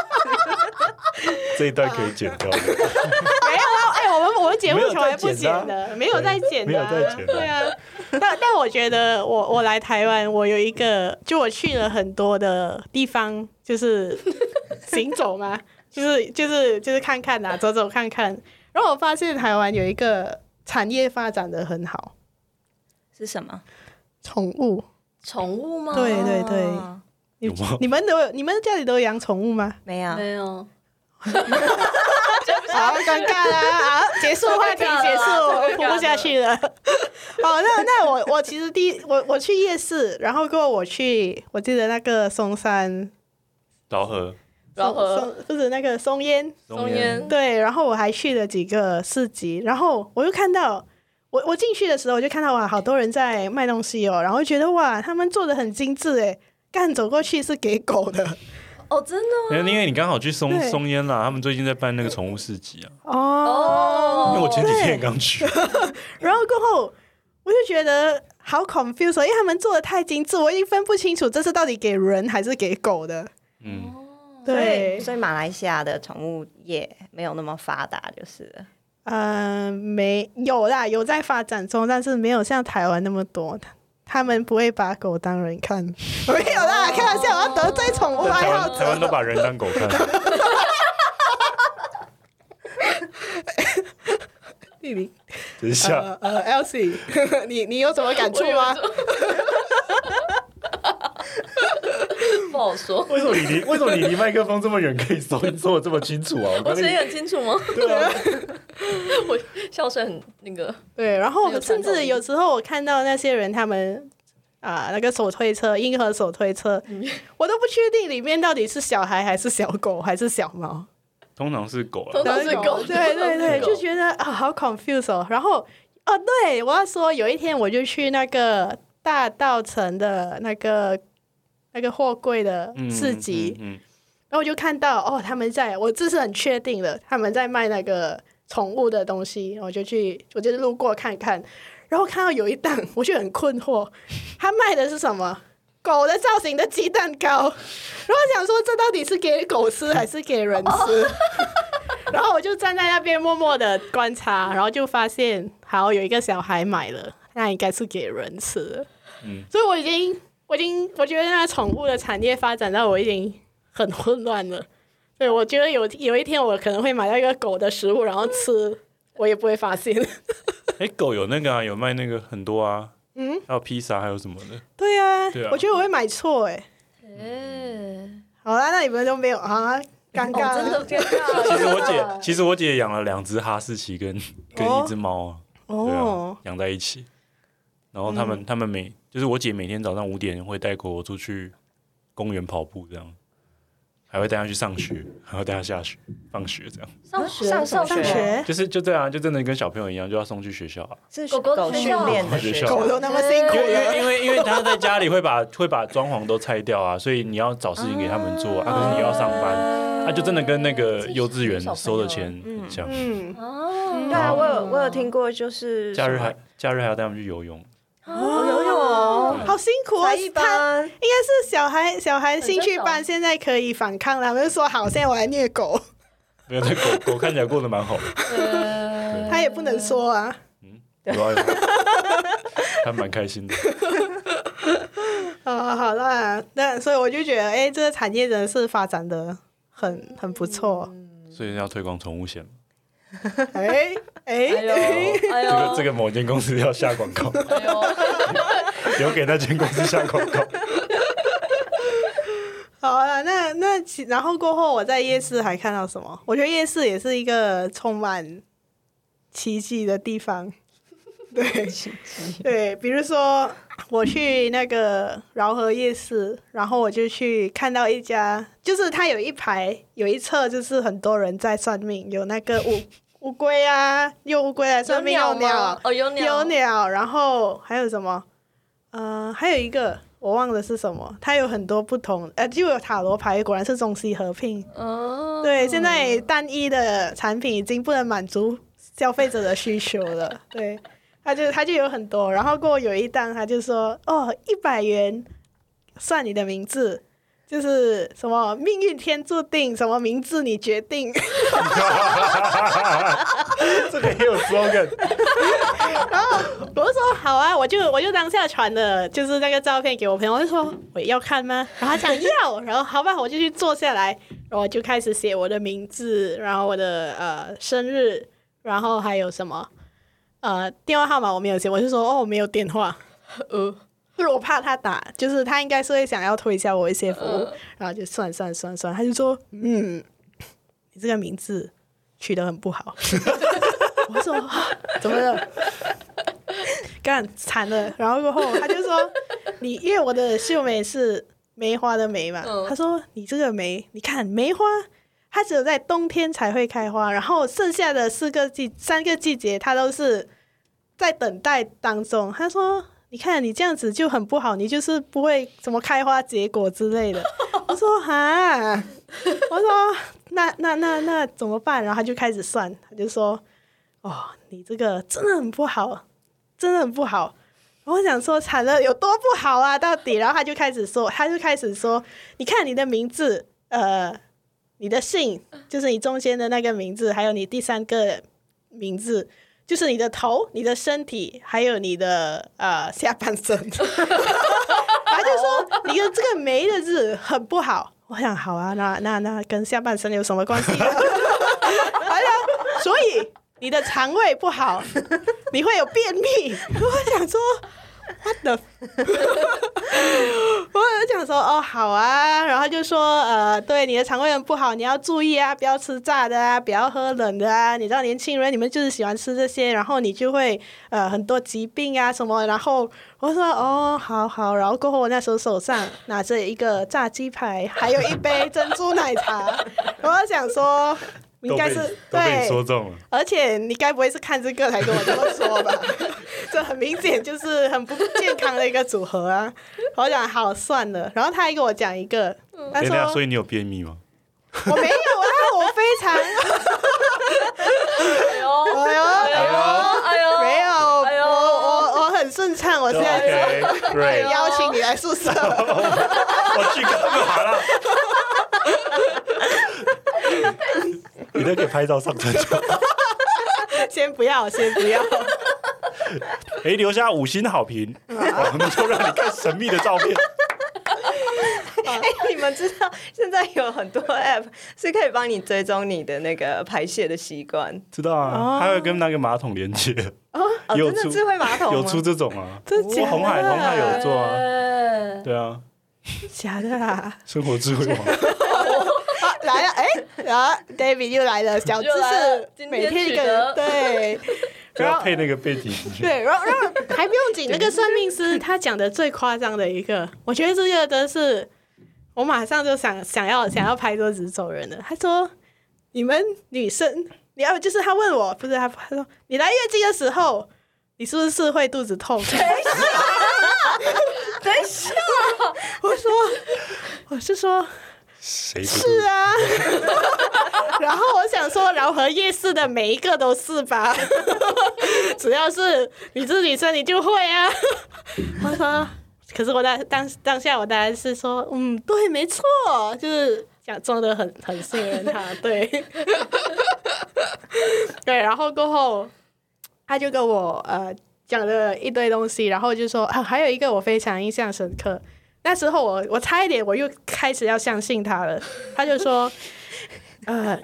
[SPEAKER 3] 这一段可以剪掉，
[SPEAKER 1] 没有啦。哎、我们我们节目
[SPEAKER 3] 没有
[SPEAKER 1] 从来
[SPEAKER 3] 在
[SPEAKER 1] 不
[SPEAKER 3] 剪的啊
[SPEAKER 1] 剪的，没有在剪
[SPEAKER 3] 没
[SPEAKER 1] 的
[SPEAKER 3] 有
[SPEAKER 1] 啊，
[SPEAKER 3] 在剪的
[SPEAKER 1] 对啊。但但我觉得我，我来台湾，我有一个，就我去了很多的地方，就是行走嘛， 就是就是就是看看呐、走走看看。然后我发现台湾有一个产业发展的很好，
[SPEAKER 5] 是什么？
[SPEAKER 1] 宠物。
[SPEAKER 2] 宠物吗？啊
[SPEAKER 1] 对对对
[SPEAKER 2] 哦
[SPEAKER 1] 你
[SPEAKER 3] 有吗
[SPEAKER 1] 你们都有，你们家里都有养宠物吗？
[SPEAKER 5] 没有，
[SPEAKER 2] 没有。
[SPEAKER 1] 好尴尬啦！好，结束话题，
[SPEAKER 2] 太尴尬了
[SPEAKER 1] 结束，我
[SPEAKER 2] 太尴尬
[SPEAKER 1] 活不下去了。 哦，那那我我其实第一我我去夜市，然后过后我去，我记得那个松山
[SPEAKER 3] 饶河
[SPEAKER 2] 然后
[SPEAKER 1] 松就是那个松烟，
[SPEAKER 2] 松烟，
[SPEAKER 1] 对，然后我还去了几个市集，然后我就看到，我我进去的时候我就看到哇，好多人在卖东西哦，然后觉得哇，他们做的很精致诶，干走过去是给狗的
[SPEAKER 2] 哦，真的
[SPEAKER 3] 因为因为你刚好去松
[SPEAKER 1] 对
[SPEAKER 3] 松烟啦，他们最近在办那个宠物市集啊，
[SPEAKER 1] 哦
[SPEAKER 2] 哦
[SPEAKER 3] 因为我前几天
[SPEAKER 1] 对
[SPEAKER 3] 也刚去，
[SPEAKER 1] 然后过后我就觉得好 confused，哦因为他们做的太精致，我已经分不清楚这是到底给人还是给狗的。
[SPEAKER 3] 嗯，
[SPEAKER 4] 所以
[SPEAKER 1] 对，
[SPEAKER 4] 所以马来西亚的宠物业没有那么发达，就是了
[SPEAKER 1] 嗯，没有啦，有在发展中，但是没有像台湾那么多。他们不会把狗当 人看，没有啦，开玩笑，我要得罪宠物
[SPEAKER 3] 在台
[SPEAKER 1] 爱好
[SPEAKER 3] 湾台湾
[SPEAKER 1] 者。
[SPEAKER 3] 都把人当狗 看，
[SPEAKER 1] 弟弟，
[SPEAKER 3] 等一下，
[SPEAKER 1] 呃呃，Elsie，你 你有什么感触吗？
[SPEAKER 2] 不好说。
[SPEAKER 3] 为什么你离为什么你离麦克风这么远可以收收的这么清楚 啊？我
[SPEAKER 2] 我
[SPEAKER 3] 刚
[SPEAKER 2] 声音
[SPEAKER 3] 才
[SPEAKER 2] 很清楚吗？
[SPEAKER 3] 对啊，
[SPEAKER 2] 我笑声很那个，
[SPEAKER 1] 对，然
[SPEAKER 2] 那
[SPEAKER 1] 后
[SPEAKER 2] 个传
[SPEAKER 1] 甚
[SPEAKER 2] 统
[SPEAKER 1] 至有时候我看到那些人他们啊、那个手推车，婴儿手推车，我都不确定里面到底是小孩还是小狗还是小猫。
[SPEAKER 3] 通常是狗啊
[SPEAKER 2] 通
[SPEAKER 3] 了，
[SPEAKER 2] 常是狗
[SPEAKER 1] 对对对，
[SPEAKER 2] 狗
[SPEAKER 1] 就觉得啊、好 confused 哦。然后哦，对我要说，有一天我就去那个大道城的那个那个货柜的
[SPEAKER 3] 嗯
[SPEAKER 1] 市集，
[SPEAKER 3] 嗯，嗯
[SPEAKER 1] 然后我就看到哦，他们在我这是很确定的，他们在卖那个宠物的东西，我就去，我就路过看看，然后看到有一档，我就很困惑，他卖的是什么？狗的造型的鸡蛋糕，然后我想说这到底是给狗吃还是给人吃？ 然后我就站在那边默默的观察，然后就发现好有一个小孩买了，那应该是给人吃的。
[SPEAKER 3] 嗯
[SPEAKER 1] 所以我已经，我已经，我觉得那宠物的产业发展到我已经很混乱了。对，我觉得有有一天我可能会买到一个狗的食物，然后吃，我也不会发现。
[SPEAKER 3] 嗯哎，狗有那个啊，有卖那个很多啊，嗯，还有披萨，还有什么的，
[SPEAKER 1] 对啊，
[SPEAKER 3] 对啊
[SPEAKER 1] 我觉得我会买错哎、
[SPEAKER 2] 哎，
[SPEAKER 1] 好啦，那你们都没有啊，尴尬、了。
[SPEAKER 2] 哦真的
[SPEAKER 4] 尴尬
[SPEAKER 3] 其实 我姐，其实我姐养了两只哈士奇跟跟
[SPEAKER 1] 哦
[SPEAKER 3] 一只猫啊，对啊
[SPEAKER 1] 哦，，嗯
[SPEAKER 3] 养在一起。然后他们、他们每就是我姐每天早上五点会带狗出去公园跑步，这样，还会带它去上学，还会带它下学放学，这样
[SPEAKER 2] 上学
[SPEAKER 4] 上什么
[SPEAKER 1] 上
[SPEAKER 4] 学
[SPEAKER 1] 学
[SPEAKER 3] 就是就这样，就真的跟小朋友一样，就要送去学校啊。
[SPEAKER 4] 是
[SPEAKER 2] 狗狗的
[SPEAKER 4] 狗
[SPEAKER 2] 学
[SPEAKER 4] 训
[SPEAKER 2] 校
[SPEAKER 4] 练的
[SPEAKER 3] 学
[SPEAKER 4] 学
[SPEAKER 3] 校
[SPEAKER 4] 校
[SPEAKER 1] 狗都那么辛苦
[SPEAKER 3] 因为
[SPEAKER 1] 了，
[SPEAKER 3] 因为因为因为他在家里会把会把装潢都拆掉啊，所以你要找事情给他们做
[SPEAKER 1] 哦
[SPEAKER 3] 啊，可是你又要上班，那、就真的跟那个幼稚园收的钱很像。
[SPEAKER 1] 嗯，
[SPEAKER 2] 哦，
[SPEAKER 4] 对啊，我有我有听过，就是
[SPEAKER 3] 假日
[SPEAKER 4] 什么
[SPEAKER 3] 还假日还要带他们去游泳，
[SPEAKER 4] 哦游泳哦
[SPEAKER 1] 好辛苦啊
[SPEAKER 4] 才！一
[SPEAKER 1] 他
[SPEAKER 5] 哦
[SPEAKER 4] 般
[SPEAKER 1] 应该是小孩小孩兴趣
[SPEAKER 2] 很
[SPEAKER 1] 班
[SPEAKER 2] 正常
[SPEAKER 1] 现在可以反抗了，他们就说好，现在我来虐狗，
[SPEAKER 3] 没有那狗狗看起来过得蛮好的。
[SPEAKER 2] 呃
[SPEAKER 1] 他也不能说啊。
[SPEAKER 3] 有啊有啊 还蛮开心的。
[SPEAKER 1] 啊、好啦，那所以我就觉得，哎、这个产业真的是发展的很很不错。
[SPEAKER 3] 所以要推广宠物险，
[SPEAKER 1] 哎哎、
[SPEAKER 2] 哎呦，哎
[SPEAKER 3] 这个
[SPEAKER 2] 呦，
[SPEAKER 3] 这个某间公司要下广告，
[SPEAKER 2] 哎呦，
[SPEAKER 1] 哎
[SPEAKER 3] 留给那间公司下 广告。
[SPEAKER 1] 好啦，那那其然后过后，我在夜市还看到什么？我觉得夜市也是一个充满奇迹的 地方。对，对，比如说我去那个饶河夜市，然后我就去看到一家，就是它有一排有一侧，就是很多人在算命，有那个乌乌龟啊，用乌龟来算命，啊
[SPEAKER 2] 有鸟
[SPEAKER 1] 用鸟
[SPEAKER 2] 吗，哦，有
[SPEAKER 1] 有
[SPEAKER 2] 鸟，
[SPEAKER 1] 鸟，然后还有什么？呃，还有一个我忘了是什么，它有很多不同，呃，就有塔罗牌，果然是中西合并。
[SPEAKER 2] 哦，
[SPEAKER 1] 对，现在单一的产品已经不能满足消费者的需求了。对，它就它就有很多，然后过后有一档，它就说哦，一百元算你的名字。就是什么命运天注定，什么名字你决定，
[SPEAKER 3] 这个也有 slogan，
[SPEAKER 1] 我就说好啊，我就我就当下传了，就是那个照片给我朋友，我就说我要看吗？然后他讲要，然后好吧，我就去坐下来，然后我就开始写我的名字，然后我的呃生日，然后还有什么呃电话号码我没有写，我就说哦我没有电话，
[SPEAKER 2] 呃，
[SPEAKER 1] 就是我怕他打，就是他应该是会想要推销我一些服务，然后就算算算算，他就说嗯，你这个名字取得很不好。 我说、啊、怎么了？干惨了。然后过后他就说你，因为我的秀美是梅花的梅嘛，
[SPEAKER 2] 嗯
[SPEAKER 1] 他说你这个梅，你看梅花。它只有在冬天才会开花，然后剩下的四个季三个季节，它都是在等待当中。他说：“你看你这样子就很不好，你就是不会怎么开花结果之类的。”我说：“哈，我说那那那那怎么办？”然后他就开始算，他就说：“哦，你这个真的很不好，真的很不好。”我想说，惨了，有多不好啊？到底？然后他就开始说，他就开始说，你看你的名字，呃，你的姓，就是你中间的那个名字，还有你第三个名字，就是你的头、你的身体，还有你的呃下半身。 他就说你的这个梅的字很不好。我想好啊，那那那跟下半身有什么关 系呢？完了，所以你的肠胃不好，你会有便秘。 我想说。what the？我就想说哦，好啊，然后就说呃，对你的肠胃很不好，你要注意啊，不要吃炸的啊，不要喝冷的啊。你知道年轻人你们就是喜欢吃这些，然后你就会呃很多疾病啊什么。然后我说哦，好好。然后过后我那时候手上拿着一个炸鸡排，还有一杯珍珠奶 茶，我就想说应
[SPEAKER 3] 都
[SPEAKER 1] 该
[SPEAKER 3] 被
[SPEAKER 1] 是
[SPEAKER 3] 都被你
[SPEAKER 1] 对
[SPEAKER 3] 说中了。
[SPEAKER 1] 而且你该不会是看这个才跟我这么说吧？ 这很明显就是很不健康的一个组合啊！我想好算了，然后他还给我讲一个，他
[SPEAKER 2] 嗯
[SPEAKER 3] 哎等一下，所
[SPEAKER 1] 说
[SPEAKER 3] 以你有便秘吗？
[SPEAKER 1] 我没有啊，我非常，
[SPEAKER 2] 哎呦，
[SPEAKER 1] 哎呦，
[SPEAKER 2] 哎呦，
[SPEAKER 1] 没有，我
[SPEAKER 2] 哎呦哎
[SPEAKER 1] 我我很顺畅，我现在
[SPEAKER 3] OK，right，
[SPEAKER 1] 邀请你来宿 舍，
[SPEAKER 3] 我去干嘛 了？你都可以拍照上传。
[SPEAKER 1] 先不要，先不要，
[SPEAKER 3] 哎，留下五星好评，
[SPEAKER 1] 嗯
[SPEAKER 3] 我们就让你看神秘的照片。
[SPEAKER 5] 你们知道现在有很多 app 是可以帮你追踪你的那个排泄的习惯，
[SPEAKER 3] 知道
[SPEAKER 1] 哦
[SPEAKER 3] 啊，它会跟那个马桶连接，
[SPEAKER 5] 哦，
[SPEAKER 3] 有
[SPEAKER 5] 真的
[SPEAKER 3] 出
[SPEAKER 5] 智慧马桶吗？
[SPEAKER 3] 有出这种啊。
[SPEAKER 1] 真的假的？
[SPEAKER 3] 红海红海有做啊，
[SPEAKER 2] 哎
[SPEAKER 3] 对啊，
[SPEAKER 1] 假的啦！
[SPEAKER 3] 生活智慧网。
[SPEAKER 1] 啊，来了，哎、然后 David 又来了，小知
[SPEAKER 2] 又来了
[SPEAKER 1] 识，
[SPEAKER 2] 今天
[SPEAKER 1] 每天一个
[SPEAKER 2] 取得
[SPEAKER 1] 人对。
[SPEAKER 3] 就要配那个背景音乐。
[SPEAKER 1] 对，然后然后还不用紧，那个算命师他讲的最夸张的一个，我觉得这个真是，我马上就想想要想要拍桌子走人了。他说：“你们女生，你要就是他问我，不是他他说你来月经的时候，你是不是会肚 子痛？”
[SPEAKER 2] 等一下，
[SPEAKER 1] 我说：“我是说
[SPEAKER 3] 谁不
[SPEAKER 1] 是啊。” 然后我想说，饶河夜市的每一个都是吧， 只要是你是女生，你就会啊。 我说，可是我当当当下我当然是说，嗯，对，没错，就是想装的很很信任他，对， 对，然后过后他就跟我呃讲了一堆东西，然后就说啊，还有一个我非常印象深刻。那时候我我差一点我又开始要相信他了，他就说，呃，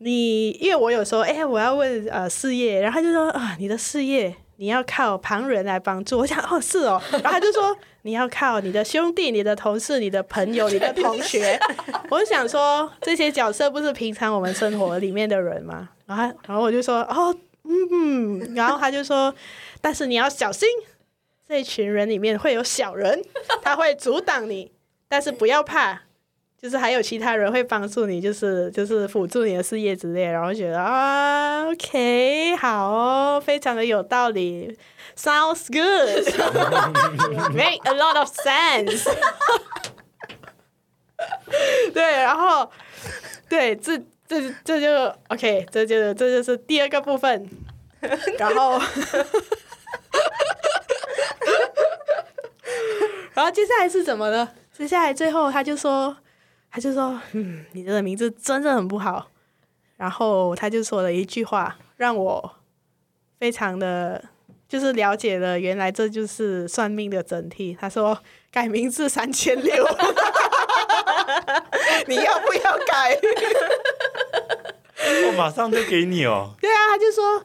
[SPEAKER 1] 你因为我有时候哎、我要问呃事业，然后他就说啊、你的事业你要靠旁人来帮助。我想哦是哦，然后他就说你要靠你的兄弟、你的同事、你的朋友、你的同学。 我就想说这些角色不是平常我们生活里面的人吗？然后然后我就说哦嗯嗯，然后他就说，但是你要小心，这群人里面会有小人，他会阻挡你，但是不要怕，就是还有其他人会帮助你，就是就是辅助你的事业之类，然后觉得啊，OK，好哦，非常的有道理，Sounds good，make a lot of sense 。对，然后对，这这这就 OK，这就这就是第二个部分，然后。 然后接下来是怎么了？接下来最后他就说，他就说， 嗯，你的名字真的很不好。然后他就说了一句话，让我非常的，就是了解了，原来这就是算命的整体。他说改名字三千六，你要不要改？
[SPEAKER 3] 我哦马上就给你哦。
[SPEAKER 1] 对啊，他就说，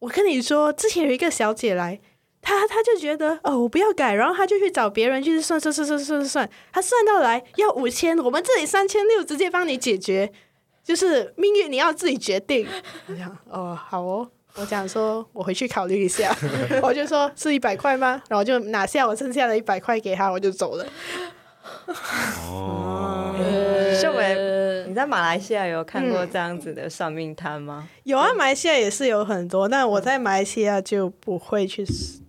[SPEAKER 1] 我跟你说，之前有一个小姐来，她她就觉得哦，我不要改，然后她就去找别人去算算算算算算算，她算到来要五千，我们这里三千六，直接帮你解决，就是命运你要自己决定。我想哦，好哦。我想说，我回去考虑一下。我就说是一百块吗？然后就拿下我剩下的一百块给他，我就走了。
[SPEAKER 3] 哦，
[SPEAKER 5] 秀美，
[SPEAKER 2] 呃
[SPEAKER 5] 你在马来西亚有看
[SPEAKER 3] 嗯
[SPEAKER 5] 过这样子的算命摊吗？
[SPEAKER 1] 有啊，马来西亚也是有很多，但我在马来西亚就不会去。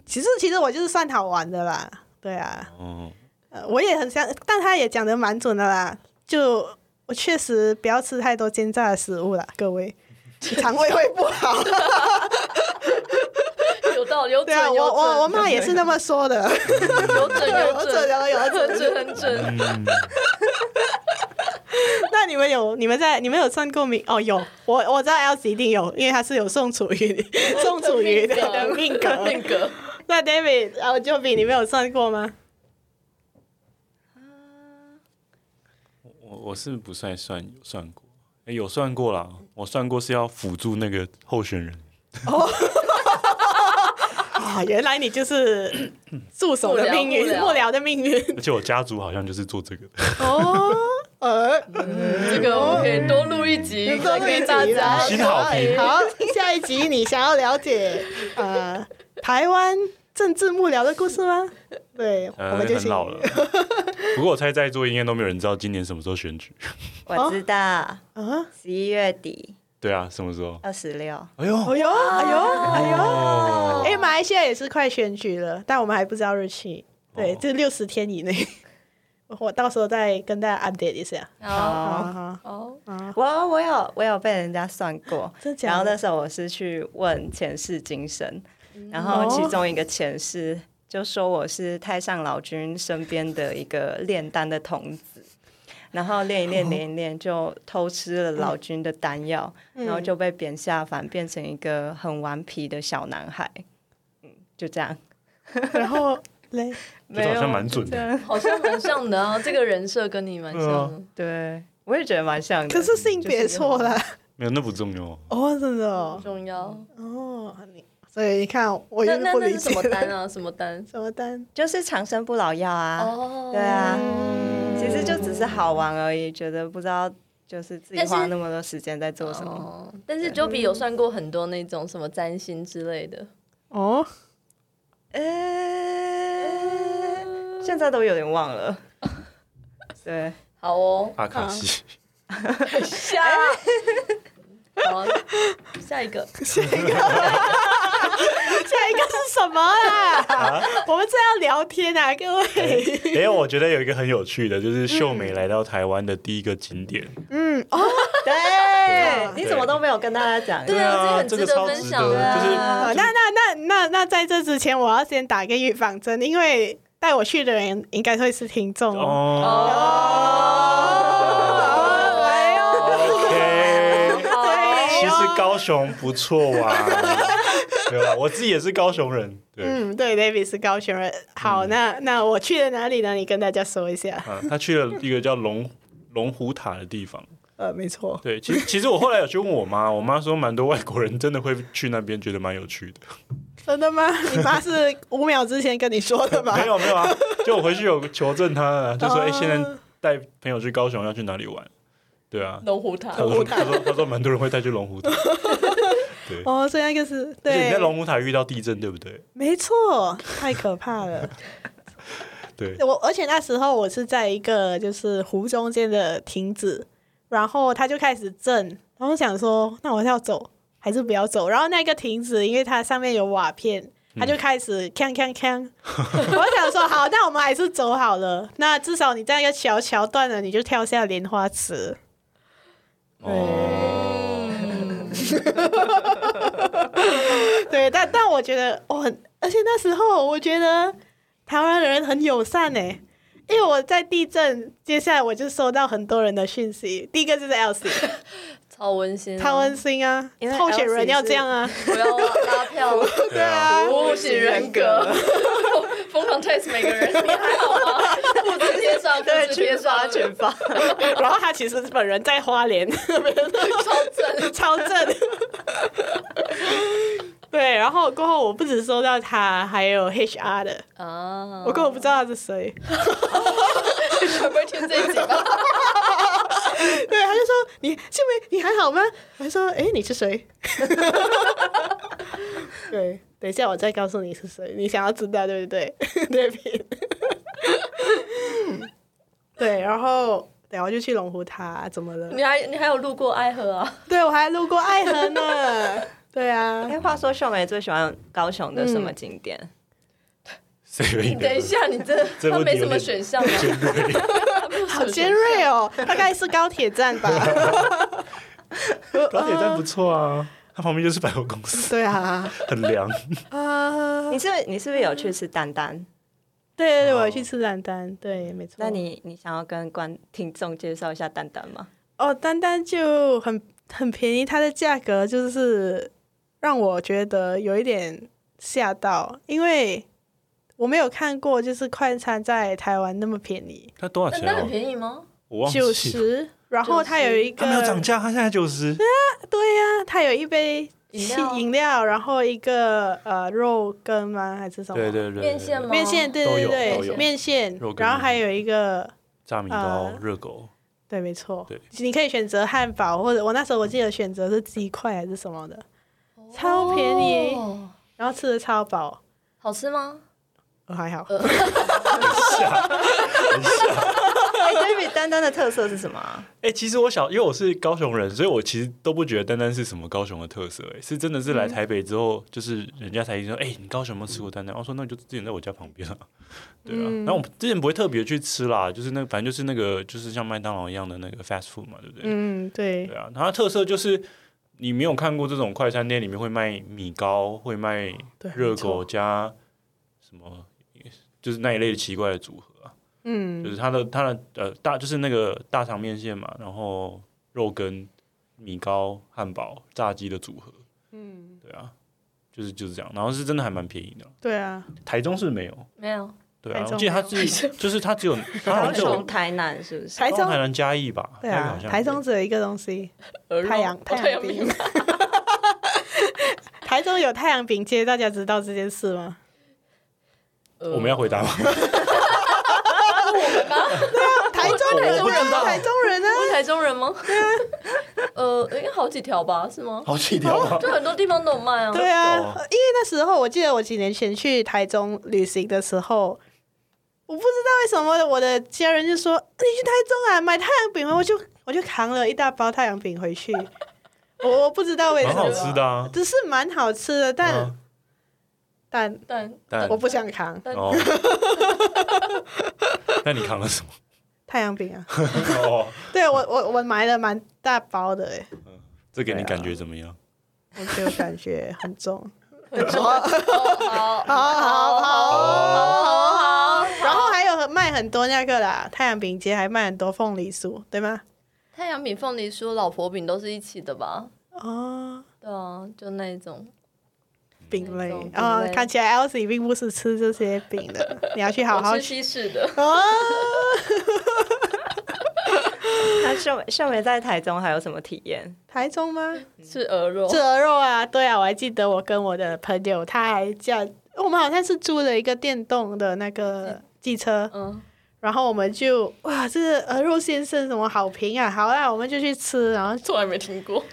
[SPEAKER 1] 其实，其实我就是算好玩的啦，对啊，
[SPEAKER 3] 哦，
[SPEAKER 1] 呃我也很想，但他也讲的蛮准的啦。就我确实不要吃太多煎炸的食物啦，各 位，肠胃会不好。
[SPEAKER 2] 有道理，有
[SPEAKER 1] 对
[SPEAKER 2] 准，
[SPEAKER 1] 啊，我
[SPEAKER 2] 有准
[SPEAKER 1] 我我妈也是那么说的，
[SPEAKER 2] 有准， 有
[SPEAKER 1] 有
[SPEAKER 2] 准，
[SPEAKER 1] 有有
[SPEAKER 2] 很准，很准。
[SPEAKER 3] 嗯，
[SPEAKER 1] 那你们有你们在你们有算过命哦？有，我我在 L 级一定有，因为他是有宋楚瑜 宋楚瑜的
[SPEAKER 2] 命格
[SPEAKER 1] 的命格。
[SPEAKER 2] 那个
[SPEAKER 1] 那 David 啊，就比你们有算过吗？
[SPEAKER 3] 我我是不算算有算过，诶有算过啦，我算过是要辅助那个候选人，
[SPEAKER 1] 啊，原来你 就是助手的命运，
[SPEAKER 2] 幕僚幕僚
[SPEAKER 1] 幕僚的命运
[SPEAKER 3] 而且我家族好像就是做这个的，
[SPEAKER 1] 哦。 呃，
[SPEAKER 2] 这个我们可以多录一集，再给大家。
[SPEAKER 3] 新好评
[SPEAKER 1] 好，下一集你想要了解呃台湾政治幕僚的故事吗？对，
[SPEAKER 3] 呃，
[SPEAKER 1] 我们就
[SPEAKER 3] 很
[SPEAKER 1] 请
[SPEAKER 3] 老了。不过我猜在座应该都没有人知道今年什么时候选举，哦
[SPEAKER 5] 我知道，
[SPEAKER 1] 啊，
[SPEAKER 5] 十一月底
[SPEAKER 3] 对啊，什么时候？
[SPEAKER 5] 二十六，
[SPEAKER 3] 哎呦，
[SPEAKER 1] 哎呦，哎呦，哎呦。
[SPEAKER 3] 哦，
[SPEAKER 1] 哎、马来西亚也是快选举了，但我们还不知道日期。对，
[SPEAKER 3] 哦
[SPEAKER 1] 这六十天以内， 我到时候再跟大家 update 一下。啊
[SPEAKER 2] 好
[SPEAKER 1] 好
[SPEAKER 5] 哦，
[SPEAKER 1] 好，
[SPEAKER 2] 好，
[SPEAKER 5] 我我有我有被人家算过，
[SPEAKER 1] 真假的
[SPEAKER 5] 然后那时候我是去问前世今生，
[SPEAKER 1] 嗯
[SPEAKER 5] 然后其
[SPEAKER 1] 哦
[SPEAKER 5] 中一个前世就说我是太上老君身边的一个炼丹的童子。然后练一
[SPEAKER 1] 哦
[SPEAKER 5] 练，练一练，就偷吃了
[SPEAKER 1] 嗯
[SPEAKER 5] 老君的丹药，然后就被贬下凡，变成一个很顽皮的小男孩。嗯，就这样，
[SPEAKER 1] 然后嘞，
[SPEAKER 3] 这好像蛮准
[SPEAKER 5] 没有
[SPEAKER 3] 的。
[SPEAKER 2] 好像蛮像的啊，这个人设跟你蛮像的。
[SPEAKER 5] 对，我也觉得蛮像的。
[SPEAKER 1] 可是性别错了，
[SPEAKER 3] 没有，那不重要。
[SPEAKER 1] 哦，真的哦，
[SPEAKER 2] 重要。
[SPEAKER 1] 哦，你所以你看，我
[SPEAKER 2] 那
[SPEAKER 1] 有
[SPEAKER 2] 那
[SPEAKER 1] 点不
[SPEAKER 2] 那
[SPEAKER 1] 理
[SPEAKER 2] 是
[SPEAKER 1] 解
[SPEAKER 2] 什么单啊？什么单？
[SPEAKER 1] 什么单？
[SPEAKER 5] 就是长生不老药啊。
[SPEAKER 2] 哦
[SPEAKER 5] 对啊，其实就只是好玩而已，觉得不知道就是自己
[SPEAKER 2] 但是
[SPEAKER 5] 花那么多时间在做什么。
[SPEAKER 2] 哦，但是 Joby 有算过很多那种什么占星之类的，
[SPEAKER 1] 哦，
[SPEAKER 5] 呃，现在都有点忘 了。对，
[SPEAKER 2] 好哦，
[SPEAKER 3] 阿卡西，
[SPEAKER 2] 下， 好，下一个，
[SPEAKER 1] 下一个是什么啊？我们这要聊天 啊，各位。
[SPEAKER 3] 哎，我觉得有一个很有趣的，就是秀美来到台湾的第一个景点。
[SPEAKER 1] 嗯，哦，
[SPEAKER 5] 对，
[SPEAKER 1] 对
[SPEAKER 5] 你怎么都没有跟大家讲？
[SPEAKER 2] 对啊这个很
[SPEAKER 3] 这
[SPEAKER 2] 值
[SPEAKER 3] 个
[SPEAKER 2] 得
[SPEAKER 3] 超
[SPEAKER 2] 分
[SPEAKER 3] 值
[SPEAKER 2] 享的
[SPEAKER 3] 得，啊就是
[SPEAKER 1] 那那那那那在这之前，我要先打个预防针，因为带我去的人应该会是听众哦。
[SPEAKER 3] 哦
[SPEAKER 1] 哦，哎呦，
[SPEAKER 3] ，OK，
[SPEAKER 1] 对
[SPEAKER 3] 其实高雄不错哇，对吧？我自己也是高雄人，对，
[SPEAKER 1] 嗯，对，David 是高雄人。好，
[SPEAKER 3] 嗯
[SPEAKER 1] 那那我去了哪里呢？你跟大家说一下。
[SPEAKER 3] 啊，他去了一个叫龙龙虎塔的地方。
[SPEAKER 1] 呃，没错，
[SPEAKER 3] 对，其实其实我后来有去问我妈，我妈说蛮多外国人真的会去那边，觉得蛮有趣的。
[SPEAKER 1] 真的吗？你妈是五秒之前跟你说的吧？
[SPEAKER 3] 没有没有啊，就我回去有求证她啊，就说
[SPEAKER 1] 哦
[SPEAKER 3] 哎、诶现在带朋友去高雄要去哪里玩？对啊，
[SPEAKER 2] 龙虎塔
[SPEAKER 3] 她说她说她说蛮多人会带去龙虎塔，对。
[SPEAKER 1] 哦，所以那个是
[SPEAKER 3] 而且
[SPEAKER 1] 对
[SPEAKER 3] 你在，龙虎塔遇到地震，对不对？
[SPEAKER 1] 没错，太可怕了。
[SPEAKER 3] 对，
[SPEAKER 1] 我而且那时候我是在一个就是湖中间的亭子，然后它就开始震，然后我想说那我要走还是不要走？然后那个亭子因为它上面有瓦片，它就开始锵锵锵。我想说好，那我们还是走好了。那至少你在一个桥桥断了，你就跳下莲花池。
[SPEAKER 2] 嗯
[SPEAKER 1] 对，但但我觉得我很，而且那时候我觉得台湾人很友善呢、因为我在地震，接下来我就收到很多人的讯息。第一个就是 Elsie，
[SPEAKER 2] 超温馨，
[SPEAKER 1] 他温馨啊
[SPEAKER 5] 嗯因为，
[SPEAKER 1] 候选人
[SPEAKER 5] Elsie
[SPEAKER 1] 要这样 啊，
[SPEAKER 2] 我要拉票，
[SPEAKER 3] 对啊，
[SPEAKER 2] 服务型人格，疯狂 test 每个人，你还好吗？复制贴 上，复制贴上，
[SPEAKER 5] 全发。
[SPEAKER 1] 然后他其实本人在花莲，
[SPEAKER 2] 超正。
[SPEAKER 1] 超正。 对，然后过后我不止收到他，还有 HR 的，
[SPEAKER 2] 啊！
[SPEAKER 1] 我根本不知道他是谁。
[SPEAKER 2] 不会听这一集吧？
[SPEAKER 1] 对，他就说你秀梅，你还好吗？我还说哎、诶你是谁？ 对，等一下我再告诉你 是谁，你想要知道对不对 d a v 对，然后等下我就去龙湖塔，怎么了？
[SPEAKER 2] 你还你还有路过爱河啊？
[SPEAKER 1] 对我还路过爱河 呢。对啊，
[SPEAKER 5] 哎，话说秀梅最喜欢高雄的什么
[SPEAKER 1] 嗯
[SPEAKER 5] 景点？
[SPEAKER 3] 谁会赢
[SPEAKER 2] 等一下，你真的
[SPEAKER 3] 这
[SPEAKER 2] 他
[SPEAKER 3] 问题
[SPEAKER 2] 没
[SPEAKER 3] 有
[SPEAKER 2] 什么
[SPEAKER 3] 点
[SPEAKER 2] 选项吗？啊
[SPEAKER 1] 好尖锐哦， 大概是高铁站 吧。
[SPEAKER 3] 高铁站不错啊，它旁边就是百货公司，
[SPEAKER 1] 对啊，
[SPEAKER 3] 很 凉。
[SPEAKER 1] 啊，
[SPEAKER 5] 你是不是你是不是有去吃丹丹？
[SPEAKER 1] 对对对，我有去吃丹丹，对，没错。
[SPEAKER 5] 那你你想要跟观听众介绍一下丹丹吗？
[SPEAKER 1] 哦，单单就很很便宜，它的价格就是让我觉得有一点吓到，因为我没有看过，就是快餐在台湾那么便宜，
[SPEAKER 3] 它多少
[SPEAKER 2] 那
[SPEAKER 3] 钱
[SPEAKER 2] 那很
[SPEAKER 3] 啊？
[SPEAKER 2] 便宜吗？
[SPEAKER 3] 我忘记
[SPEAKER 1] 九
[SPEAKER 3] 了，
[SPEAKER 1] 十。然后它有一个
[SPEAKER 3] 它没有涨价，它现在九十。
[SPEAKER 1] 对呀、它有一杯
[SPEAKER 2] 饮
[SPEAKER 1] 汽
[SPEAKER 2] 料
[SPEAKER 1] 饮料，然后一个呃肉羹吗？还是什么？
[SPEAKER 3] 对对对，
[SPEAKER 2] 面线吗
[SPEAKER 1] 面线，对
[SPEAKER 3] 都
[SPEAKER 1] 对
[SPEAKER 3] 有都
[SPEAKER 1] 对，
[SPEAKER 3] 有
[SPEAKER 1] 面线
[SPEAKER 3] 肉，羹
[SPEAKER 1] 然后还有一个。
[SPEAKER 3] 炸米糕
[SPEAKER 2] 啊
[SPEAKER 1] 呃、
[SPEAKER 3] 热狗，
[SPEAKER 1] 对，没错
[SPEAKER 3] 对，
[SPEAKER 1] 你可以选择汉堡，或者我那时候我记得选择是鸡块还是什么的，超便宜。
[SPEAKER 2] 哦
[SPEAKER 1] 然后吃的超饱，
[SPEAKER 2] 好吃吗？
[SPEAKER 1] 呃还好。
[SPEAKER 5] 哎 d a 丹丹的特色是什么啊？
[SPEAKER 3] 哎、其实我小，因为我是高雄人，所以我其实都不觉得单单是什么高雄的特色、哎，是真的是
[SPEAKER 2] 嗯
[SPEAKER 3] 来台北之后，就是人家才一直说，哎、你高雄有没有吃过丹丹？我说那你就之前在我家旁边啊， 对啊。
[SPEAKER 2] 嗯
[SPEAKER 3] 然后我之前不会特别去吃啦，就是那反正就是那个就是像麦当劳一样的那个 fast food 嘛，对不对？
[SPEAKER 1] 嗯，对
[SPEAKER 3] 对，啊，它的特色就是你没有看过这种快餐店里面会卖米糕，会卖
[SPEAKER 1] 对
[SPEAKER 3] 热
[SPEAKER 1] 没
[SPEAKER 3] 狗
[SPEAKER 1] 错
[SPEAKER 3] 加什么，就是那一类奇怪的组合啊。就
[SPEAKER 1] 嗯，
[SPEAKER 3] 是它的它的呃大就是那个大肠面线嘛，然后肉羹、米糕、汉堡、炸鸡的组合，嗯，对啊，就是就是这样，然后是真的还蛮便宜的。
[SPEAKER 1] 对啊，
[SPEAKER 3] 台中是没有，
[SPEAKER 2] 没有，
[SPEAKER 3] 对啊
[SPEAKER 1] 台，中
[SPEAKER 3] 我记得它是就是它只有它好像
[SPEAKER 5] 高
[SPEAKER 3] 只有
[SPEAKER 5] 雄、台南是不是？
[SPEAKER 1] 台
[SPEAKER 3] 高雄台
[SPEAKER 1] 中，
[SPEAKER 3] 南嘉义吧，
[SPEAKER 1] 对
[SPEAKER 3] 嘉义
[SPEAKER 1] 啊
[SPEAKER 3] 好，像
[SPEAKER 1] 台中只有一个东西，
[SPEAKER 3] 呃
[SPEAKER 1] 太阳呃哦太
[SPEAKER 3] 哦啊
[SPEAKER 1] 阳饼。 台中有太阳饼街，大家知道这件事吗？呃
[SPEAKER 3] 我们要 回答吗？
[SPEAKER 1] 台中人
[SPEAKER 3] 我不知
[SPEAKER 1] 啊，
[SPEAKER 3] 道
[SPEAKER 1] 台中人啊，
[SPEAKER 2] 不是台中人吗？ 呃，应该好几条吧，是吗？
[SPEAKER 3] 好几条啊，
[SPEAKER 2] 就很多地方都有卖啊。
[SPEAKER 1] 对啊，因
[SPEAKER 3] 哦
[SPEAKER 1] 为那时候我记得我几年前去台中旅行的时候，我不知道为什么我的家人就说哎你去台中啊买太阳饼吗，我就我就扛了一大包太阳饼回 去，我我不知道为什
[SPEAKER 3] 蛮好
[SPEAKER 1] 么，
[SPEAKER 3] 吃的啊，
[SPEAKER 1] 只是蛮好吃的，但、
[SPEAKER 3] 嗯
[SPEAKER 1] 但
[SPEAKER 2] 但
[SPEAKER 3] 但
[SPEAKER 1] 我不想扛
[SPEAKER 3] 哦，那你扛了什么？
[SPEAKER 1] 太阳饼啊。
[SPEAKER 3] 哦，
[SPEAKER 1] 对我我我买了蛮大包的哎，
[SPEAKER 3] 这给你感觉怎么样？
[SPEAKER 1] 我就感觉很 重。
[SPEAKER 2] 哦好
[SPEAKER 1] 哦好好好好
[SPEAKER 2] 好，
[SPEAKER 1] 然后还有卖很多那个啦，太阳饼街还卖很多凤梨酥，对吗？
[SPEAKER 2] 太阳饼、凤梨酥、老婆饼都是一起的吧？
[SPEAKER 1] 哦，
[SPEAKER 2] 对啊，就那一种。
[SPEAKER 1] 饼类
[SPEAKER 2] 那种饼类
[SPEAKER 1] 哦，看起来 Elsie 并不是吃这些饼 的，你要去好好
[SPEAKER 2] 我吃西式的，
[SPEAKER 1] 哦。
[SPEAKER 5] 那秀梅秀梅在台中还有什么体验？
[SPEAKER 1] 台中吗？
[SPEAKER 2] 吃鹅肉
[SPEAKER 1] 吃。鹅肉啊，对啊，我还记得我跟我的朋友，他还叫我们好像是租了一个电动的那个机车，
[SPEAKER 2] 嗯，
[SPEAKER 1] 然后我们就哇，这个鹅肉先生什么好评啊？好啦，我们就去吃。然后
[SPEAKER 2] 从来没听过。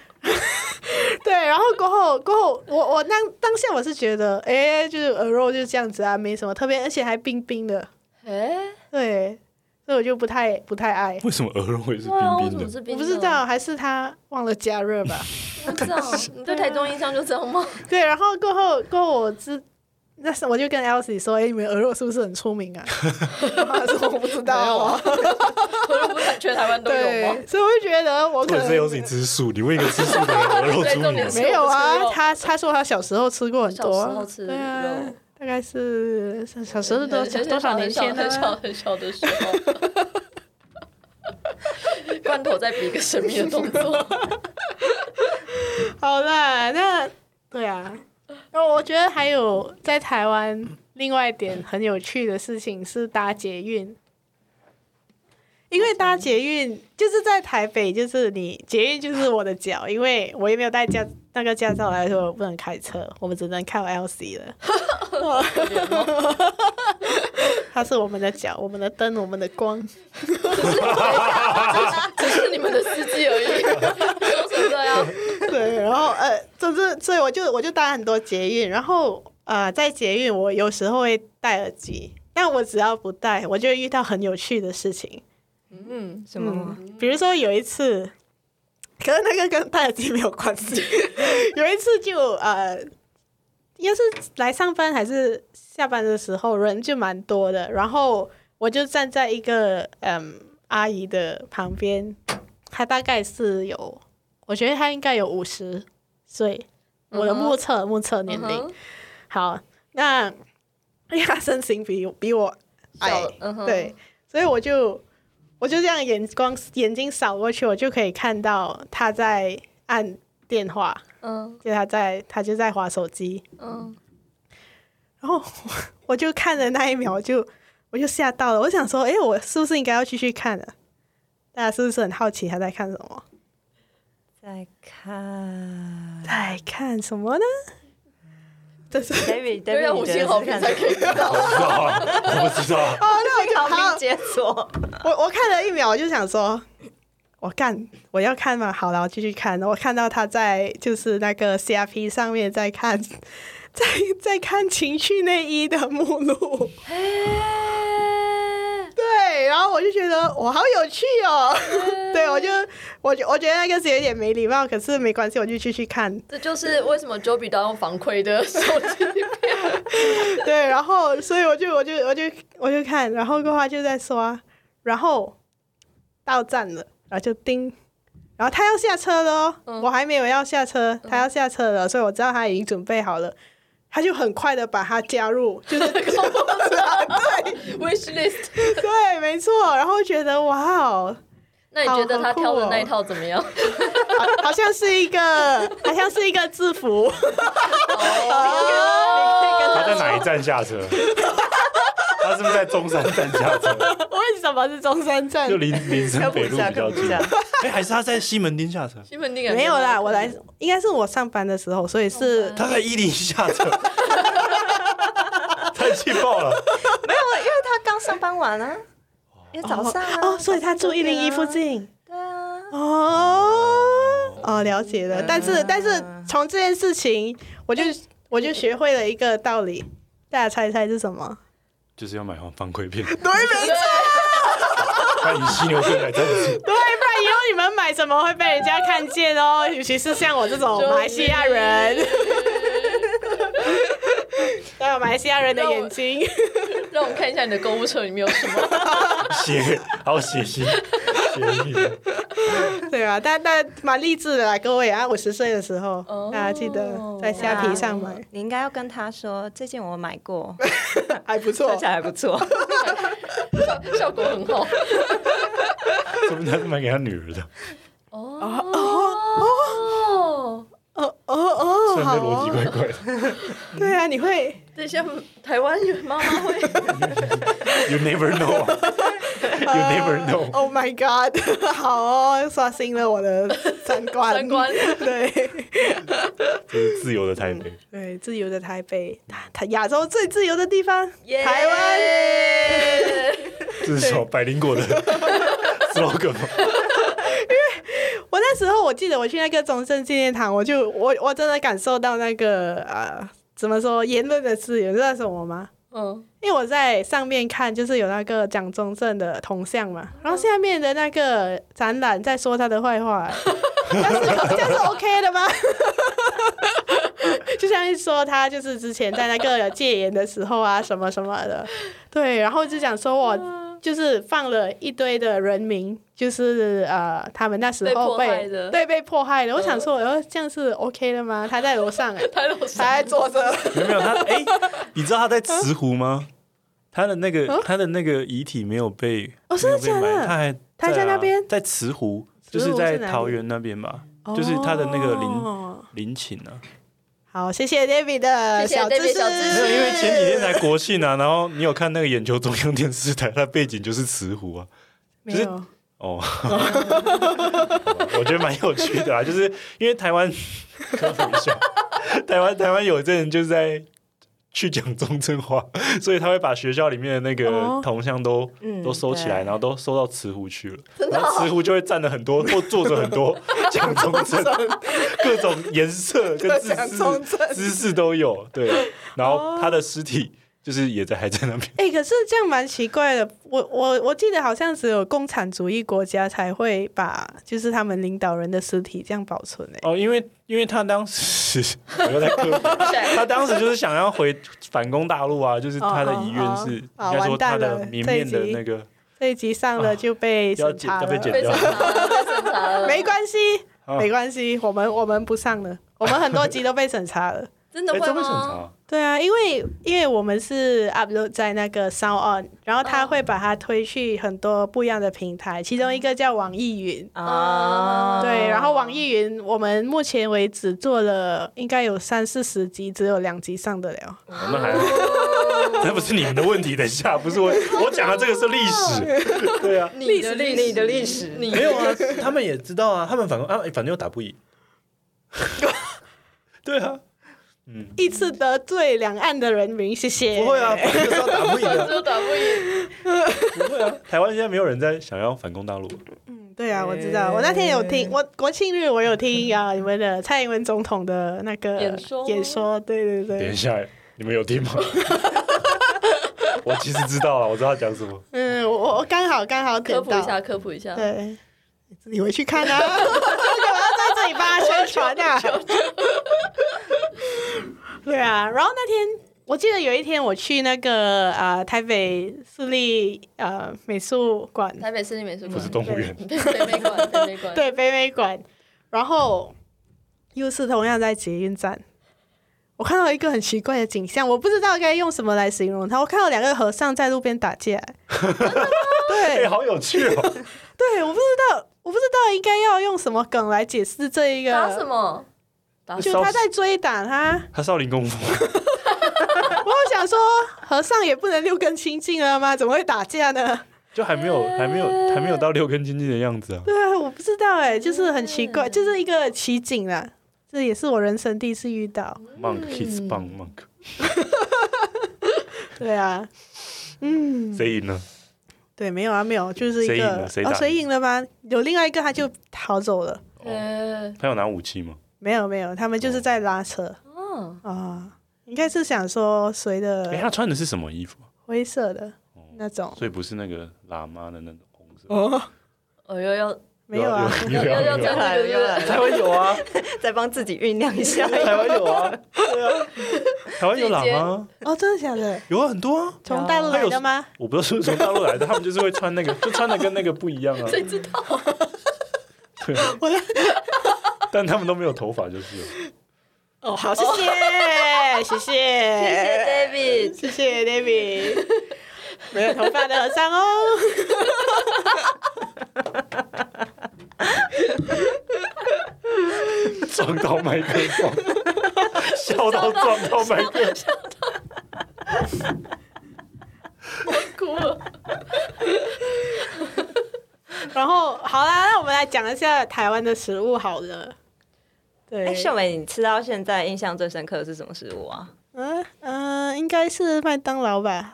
[SPEAKER 1] 对，然后过后过后，我我当当下我是觉得，哎，就是鹅肉就是这样子啊，没什么特别，而且还冰冰的，
[SPEAKER 2] 哎，
[SPEAKER 1] 对，所以我就不太不太爱。
[SPEAKER 3] 为什么鹅肉会是
[SPEAKER 2] 对啊，为什
[SPEAKER 3] 冰
[SPEAKER 2] 么
[SPEAKER 3] 冰的？
[SPEAKER 2] 是
[SPEAKER 1] 我
[SPEAKER 2] 冰？
[SPEAKER 1] 不知道，，还是他忘了加热吧？
[SPEAKER 2] 不知 道。你对台中印象就这样吗？
[SPEAKER 1] 对，然后过后过后我知。那时我就跟 Elsie 说：“哎、你们鹅肉是不是很 出名啊？”他说：“我不
[SPEAKER 2] 没有
[SPEAKER 1] 知道啊。
[SPEAKER 2] 鹅肉不是全台湾”都有吗
[SPEAKER 1] 对，？所以我就觉得我
[SPEAKER 3] 或
[SPEAKER 1] 可
[SPEAKER 3] 者
[SPEAKER 1] 能
[SPEAKER 3] 是有你吃素，你问一个吃素的人鹅肉
[SPEAKER 2] 对
[SPEAKER 3] 出
[SPEAKER 2] 重
[SPEAKER 3] 名
[SPEAKER 2] 点是
[SPEAKER 1] 没有
[SPEAKER 2] 吃
[SPEAKER 1] 啊，
[SPEAKER 2] 肉
[SPEAKER 1] 他他说他小时候吃过很
[SPEAKER 2] 小
[SPEAKER 1] 多啊，
[SPEAKER 2] 时候吃
[SPEAKER 1] 对啊
[SPEAKER 2] 肉，
[SPEAKER 1] 大概是小小时候是多
[SPEAKER 2] 很
[SPEAKER 1] 少
[SPEAKER 2] 很
[SPEAKER 1] 多少年前呢
[SPEAKER 2] 很？小很小的时 候。罐头在比一个神秘的动作，
[SPEAKER 1] 好啦，那对啊，那我觉得还有在台湾另外一点很有趣的事情是搭捷运。因为搭捷运就是在台北，就是你捷运就是我的脚，因为我也没有带驾那个驾照来说，我不能开车，我们只能靠 LC 了。 它是我们的脚，我们的灯，我们的光。
[SPEAKER 2] 只是你们的司机而已， 说成这样。
[SPEAKER 1] 对，然后呃，就是所以我就我就搭很多捷运，然后呃，在捷运我有时候会戴耳机，但我只要不戴，我就会遇到很有趣的事情。
[SPEAKER 5] 嗯，什么话？
[SPEAKER 1] 比如说有一次，可是那个跟戴耳机没有关系。 有一次就呃，应该是来上班还是下班的时候，人就蛮多的。然后我就站在一个嗯阿姨的旁边，她大概是有，我觉得她应该有五十岁，我的
[SPEAKER 2] 嗯哼
[SPEAKER 1] 目测、目测年龄。
[SPEAKER 2] 嗯哼
[SPEAKER 1] 好，那因为她身形比比我矮
[SPEAKER 2] 小，嗯哼
[SPEAKER 1] 对，所以我就我就这样眼光眼睛扫过去，我就可以看到他在按电话，
[SPEAKER 2] 嗯
[SPEAKER 1] 就他在他就在划手机，
[SPEAKER 2] 嗯，
[SPEAKER 1] 然后我我就看的那一秒，我就我就吓到了，我想说，诶，我是不是应该要继续看了？大家是不是很好奇他在看什么？
[SPEAKER 5] 再
[SPEAKER 2] 嗯
[SPEAKER 5] 看
[SPEAKER 1] 在看什么呢？这
[SPEAKER 2] 哦
[SPEAKER 1] 是
[SPEAKER 5] David，
[SPEAKER 2] 要让
[SPEAKER 5] David，
[SPEAKER 2] 五
[SPEAKER 5] 你觉
[SPEAKER 2] 星
[SPEAKER 5] 得
[SPEAKER 2] 好
[SPEAKER 5] 是
[SPEAKER 2] 评
[SPEAKER 5] 看
[SPEAKER 2] 才可以看到。
[SPEAKER 3] 知道啊，我不知道。
[SPEAKER 1] 哦，那 我就
[SPEAKER 5] 好
[SPEAKER 1] 好
[SPEAKER 5] 评解锁，
[SPEAKER 1] 我我看了一秒，我就想说， 我干，我要看嘛，好了，我继续看。我看到他在就是那个 CRP 上面在看， 在在看情趣内衣的目录，
[SPEAKER 2] 哎
[SPEAKER 1] 对，然后我就觉得我好有趣哦， 对我就我觉我觉得那个是有点没礼貌，可是没关系，我就继续看。
[SPEAKER 2] 这就是为什么 Joby 都要用防窥的手 机片。
[SPEAKER 1] 对，然后所以我就我就我就我就看，然后的话就在刷，然后到站了，然后就叮，然后他要下车了哦，
[SPEAKER 2] 嗯
[SPEAKER 1] 我还没有要下车，他要下车了，所以我知道他已经准备好了，他就很快的把他加入，就是
[SPEAKER 2] Wish list。
[SPEAKER 1] 对，没错，然后觉得哇哦，
[SPEAKER 2] 那你觉得他挑的那一套怎么样？
[SPEAKER 1] 好好像是一个，好像是一个制服，
[SPEAKER 3] 他在哪一站 下车？他是不是在中山站下车？
[SPEAKER 1] 为什么是中山站
[SPEAKER 3] 就？离林森
[SPEAKER 5] 科普
[SPEAKER 3] 北
[SPEAKER 5] 一
[SPEAKER 3] 路
[SPEAKER 5] 下，
[SPEAKER 3] 比
[SPEAKER 5] 科
[SPEAKER 3] 较
[SPEAKER 5] 普一
[SPEAKER 3] 近
[SPEAKER 5] 下。。
[SPEAKER 3] 哎，还是他在西门町下车？
[SPEAKER 2] 西门町
[SPEAKER 1] 没有啦，我来应该是我上班的时候，所以是
[SPEAKER 3] 他在一零一下 车，太气爆了！
[SPEAKER 5] 没有，因为他刚上班晚啊，因为早上啊
[SPEAKER 1] 哦，所以他住一零一附。
[SPEAKER 5] 早上九点啊
[SPEAKER 1] 近。
[SPEAKER 5] 对啊，
[SPEAKER 1] 哦哦，了解了。但是
[SPEAKER 5] 嗯
[SPEAKER 1] 但是从这件事情，我就我就学会了一个道理，大家猜一猜是什么？
[SPEAKER 3] 就是要买方方 块片，
[SPEAKER 2] 没错，
[SPEAKER 3] 他以犀牛盾来证明。
[SPEAKER 1] 对，不然以后你们买什么会被人家看见哦，尤其是像我这种马来西亚人，对，马来西亚人的眼睛。
[SPEAKER 2] 让我们看一下你的购物车里面有什么。
[SPEAKER 3] 血，好血腥，血腥。
[SPEAKER 1] 对啊，但但蛮励志的啦，各位啊，五十岁的时候，
[SPEAKER 2] 哦
[SPEAKER 1] 大家记得在虾皮上买，
[SPEAKER 5] 你应该要跟他说，这件我买过，
[SPEAKER 1] 还不
[SPEAKER 5] 看
[SPEAKER 1] 错
[SPEAKER 5] 起。来还不 错。
[SPEAKER 2] 效果很好。
[SPEAKER 3] 说不定他是买给他女儿的，
[SPEAKER 2] 哦，
[SPEAKER 1] 啊哦哦哦，
[SPEAKER 3] 虽然
[SPEAKER 1] 好
[SPEAKER 3] 这逻辑
[SPEAKER 1] 哦，
[SPEAKER 3] 怪怪的。
[SPEAKER 1] 对啊，你会
[SPEAKER 2] 等一下，台湾有妈妈会
[SPEAKER 3] You never know 啊。You never know。
[SPEAKER 1] Oh my god！好 哦，刷新了我的三观。
[SPEAKER 2] 三观
[SPEAKER 1] 对
[SPEAKER 3] 这是自由的台北。
[SPEAKER 1] 对，自由的台北，它亚洲最自由的地方
[SPEAKER 2] 耶
[SPEAKER 1] 台
[SPEAKER 5] 哎
[SPEAKER 1] 湾。
[SPEAKER 3] 这是什么百灵果的 slogan 吗？
[SPEAKER 1] 我那时候我记得我去那个中正纪念堂，我就我我真的感受到那个呃，怎么说言论的自由，你知道什么吗？
[SPEAKER 2] 嗯，
[SPEAKER 1] 因为我在上面看，就是有那个蒋中正的铜像嘛，然后下面的那个展览在说他的坏话、欸，但是这样是 OK 的吗？ 就像是说他就是之前在那个戒严的时候啊，什么什么的，对，然后就想说我就是放了一堆的人民，就是呃，他们那时候
[SPEAKER 2] 被迫害
[SPEAKER 1] 被
[SPEAKER 2] 的
[SPEAKER 1] 对被迫害的，我想说，呃，这样是 OK 的吗？他在楼上、欸，
[SPEAKER 2] 台老师
[SPEAKER 1] 他在坐着。
[SPEAKER 3] 没有没有，他哎、你知道他在慈湖吗？他的那个、他的那个遗体没有被
[SPEAKER 1] 哦真的
[SPEAKER 3] 没有
[SPEAKER 1] 假
[SPEAKER 3] 被埋
[SPEAKER 1] 的
[SPEAKER 3] 他还
[SPEAKER 1] 他还在
[SPEAKER 3] 啊
[SPEAKER 1] 那边
[SPEAKER 3] 在慈湖，
[SPEAKER 1] 慈
[SPEAKER 3] 就
[SPEAKER 1] 湖
[SPEAKER 3] 是在
[SPEAKER 1] 是哪里
[SPEAKER 3] 桃园那边吧， 就是他的那个陵
[SPEAKER 1] 哦
[SPEAKER 3] 陵寝啊。
[SPEAKER 1] 好，谢谢 David 的
[SPEAKER 2] 谢谢
[SPEAKER 1] 小知
[SPEAKER 2] David
[SPEAKER 1] 识。
[SPEAKER 2] 小知
[SPEAKER 3] 没有，
[SPEAKER 2] 识
[SPEAKER 3] 因为前几天才国庆啊，然后你有看那个眼球中央电视台，它背景就是慈湖啊。
[SPEAKER 1] 没
[SPEAKER 3] 就是
[SPEAKER 1] 有，
[SPEAKER 3] 哦，好吧我觉得蛮有趣的啊，就是因为台湾， 科普一下，台湾台湾有一阵人就是在去讲中正话，所以他会把学校里面的那
[SPEAKER 1] 哦
[SPEAKER 3] 个铜像都、
[SPEAKER 5] 嗯
[SPEAKER 3] 都收起来，
[SPEAKER 5] 对
[SPEAKER 3] 然后都收到慈湖去了，
[SPEAKER 1] 哦
[SPEAKER 3] 然后慈湖就会站了很多或坐着很多讲中 正，各种颜色跟
[SPEAKER 1] 各
[SPEAKER 3] 姿
[SPEAKER 1] 讲中正
[SPEAKER 3] 势姿势都有，对，然后他的尸体。就是也在还在那边。
[SPEAKER 1] 哎、可是这样蛮奇怪的。我我我记得好像只有共产主义国家才会把就是他们领导人的尸体这样保存哎、
[SPEAKER 3] 哦，因为因为他当时 我又在 刻薄，他当时就是想要回反攻大陆啊，就是他的遗愿是应
[SPEAKER 1] 哦哦哦
[SPEAKER 3] 该
[SPEAKER 1] 完
[SPEAKER 3] 说他
[SPEAKER 1] 蛋
[SPEAKER 3] 的
[SPEAKER 1] 了
[SPEAKER 3] 明面的那个
[SPEAKER 1] 这一集上了就被
[SPEAKER 3] 要
[SPEAKER 1] 审
[SPEAKER 3] 剪
[SPEAKER 1] 查
[SPEAKER 3] 啊要
[SPEAKER 1] 了，
[SPEAKER 3] 被剪
[SPEAKER 2] 被
[SPEAKER 3] 掉
[SPEAKER 2] 审。查了，被审查了，
[SPEAKER 1] 没关系，
[SPEAKER 3] 啊
[SPEAKER 1] 没关系，我们我们不上了，我们很多集都被审查 了。
[SPEAKER 2] 真的
[SPEAKER 3] 哎
[SPEAKER 2] 会
[SPEAKER 3] 这会审查
[SPEAKER 2] 吗？
[SPEAKER 3] 啊？
[SPEAKER 1] 对啊，因为因为我们是 upload 在那个 Sound On，然后他
[SPEAKER 2] 哦
[SPEAKER 1] 会把它推去很多不一样的平台，其中一个叫网易云。
[SPEAKER 5] 嗯
[SPEAKER 2] 啊
[SPEAKER 1] 对，然后网易云，我们目前为止做了应该有三四十集，只有两集上得了。
[SPEAKER 3] 哦那还好，
[SPEAKER 1] 哦
[SPEAKER 3] 那不是你们的问题。等 一下，不是我，我讲的这个是历
[SPEAKER 1] 哦
[SPEAKER 3] 史。对啊，
[SPEAKER 5] 你的历你的历史，你
[SPEAKER 3] 没有啊，他们也知道啊，他们反攻啊，反正又打不赢。 对啊，嗯，
[SPEAKER 1] 一次得罪两岸的人民，谢谢。
[SPEAKER 3] 不会啊，反正就是要打不赢的，
[SPEAKER 2] 就打不赢，
[SPEAKER 3] 不会啊。 台湾现在没有人在想要反攻大陆。
[SPEAKER 1] 嗯对啊，我知
[SPEAKER 2] 哎
[SPEAKER 1] 道。我那天有听，我国庆日我有听啊，你们 的蔡英文总统的那个
[SPEAKER 2] 演说
[SPEAKER 1] 演说，对对
[SPEAKER 3] 等一
[SPEAKER 1] 对，
[SPEAKER 3] 下，你们有听 吗？我其实知道了，我知道他讲什么。
[SPEAKER 1] 嗯，我我我刚好刚好
[SPEAKER 2] 科
[SPEAKER 1] 点
[SPEAKER 2] 普
[SPEAKER 1] 到
[SPEAKER 2] 一，下，科普一下。
[SPEAKER 1] 对，你回去看啊，我要在这里帮他宣传啊。对啊，然后那天我记得有一天我去那个呃台北市立呃美术馆，
[SPEAKER 2] 台北市立
[SPEAKER 1] 嗯
[SPEAKER 2] 美术
[SPEAKER 3] 不是
[SPEAKER 2] 馆，
[SPEAKER 3] 动物园，
[SPEAKER 2] 北 北美馆，北美馆。
[SPEAKER 1] 对北美馆，然后又是同样在捷运站。我看到一个很奇怪的景象，我不知道该用什么来形容它。我看到两个和尚在路边打架，对
[SPEAKER 3] 哎、，好有趣哦！
[SPEAKER 1] 对，我不知道，我不知道应该要用什么梗来解释这一个。
[SPEAKER 2] 打什
[SPEAKER 3] 哦
[SPEAKER 2] 么？打
[SPEAKER 1] 就他在追打他，
[SPEAKER 3] 他少林功夫，
[SPEAKER 1] 我想说，和尚也不能六根清净了吗？怎么会打架呢？
[SPEAKER 3] 就还没有、
[SPEAKER 1] 嗯
[SPEAKER 3] 还没有、还没有到六根清净的样子啊！
[SPEAKER 1] 对啊，我不知道哎、就是很奇
[SPEAKER 3] 嗯
[SPEAKER 1] 怪，就是一个奇景啦。这也是我人生第一次遇到。
[SPEAKER 3] Monk kiss bang monk，
[SPEAKER 1] 对啊，嗯，
[SPEAKER 3] 谁赢了？
[SPEAKER 1] 对，没有啊，没有，就是一
[SPEAKER 3] 谁赢
[SPEAKER 1] 个
[SPEAKER 3] 了谁打
[SPEAKER 1] 哦，
[SPEAKER 3] 赢
[SPEAKER 1] 谁赢了吗？有另外一个他就逃走了，
[SPEAKER 2] 呃，
[SPEAKER 3] 哦他有拿武器吗？
[SPEAKER 1] 没有没有，他们就是在拉扯
[SPEAKER 2] 哦，
[SPEAKER 1] 啊，应该是想说谁
[SPEAKER 3] 哎、
[SPEAKER 1] 的
[SPEAKER 3] 他穿的是什么衣服啊？哦
[SPEAKER 1] 灰色的那种，
[SPEAKER 3] 所以不是那个喇嘛的那种红色。
[SPEAKER 2] 哦又要
[SPEAKER 1] 没有啊，
[SPEAKER 3] 有
[SPEAKER 2] 要
[SPEAKER 3] 啊，有啊有
[SPEAKER 2] 要
[SPEAKER 3] 啊有
[SPEAKER 2] 讲
[SPEAKER 3] 啊
[SPEAKER 2] 这个
[SPEAKER 5] 又来了又来
[SPEAKER 2] 是
[SPEAKER 5] 了
[SPEAKER 3] 台湾有啊，
[SPEAKER 5] 再帮自己酝酿一 下。
[SPEAKER 3] 台湾有啊，对啊，台湾有喇嘛，啊
[SPEAKER 1] 哦，真的假的？
[SPEAKER 3] 有啊，很多啊。
[SPEAKER 1] 从大陆
[SPEAKER 3] 还
[SPEAKER 1] 来
[SPEAKER 3] 有
[SPEAKER 1] 的吗？
[SPEAKER 3] 我不知道是不是从大陆来的，他们就是会穿那个，就穿的跟那个不一样啊。
[SPEAKER 2] 谁知道？
[SPEAKER 3] 对，但他们都没有头发，就是了
[SPEAKER 1] 哦，好，谢谢，谢
[SPEAKER 2] 谢谢
[SPEAKER 1] 哎谢，
[SPEAKER 2] David，
[SPEAKER 1] 谢谢 David，没有头发的和尚哦。
[SPEAKER 3] 撞到麦克风，笑到撞到麦克风。
[SPEAKER 2] 哭了。
[SPEAKER 1] 然后好啦，那我们来讲一下台湾的食物好了。对
[SPEAKER 5] 哎，，秀美，你吃到现在印象最深刻的是什么食物啊？
[SPEAKER 1] 嗯嗯、应该是麦当劳 吧？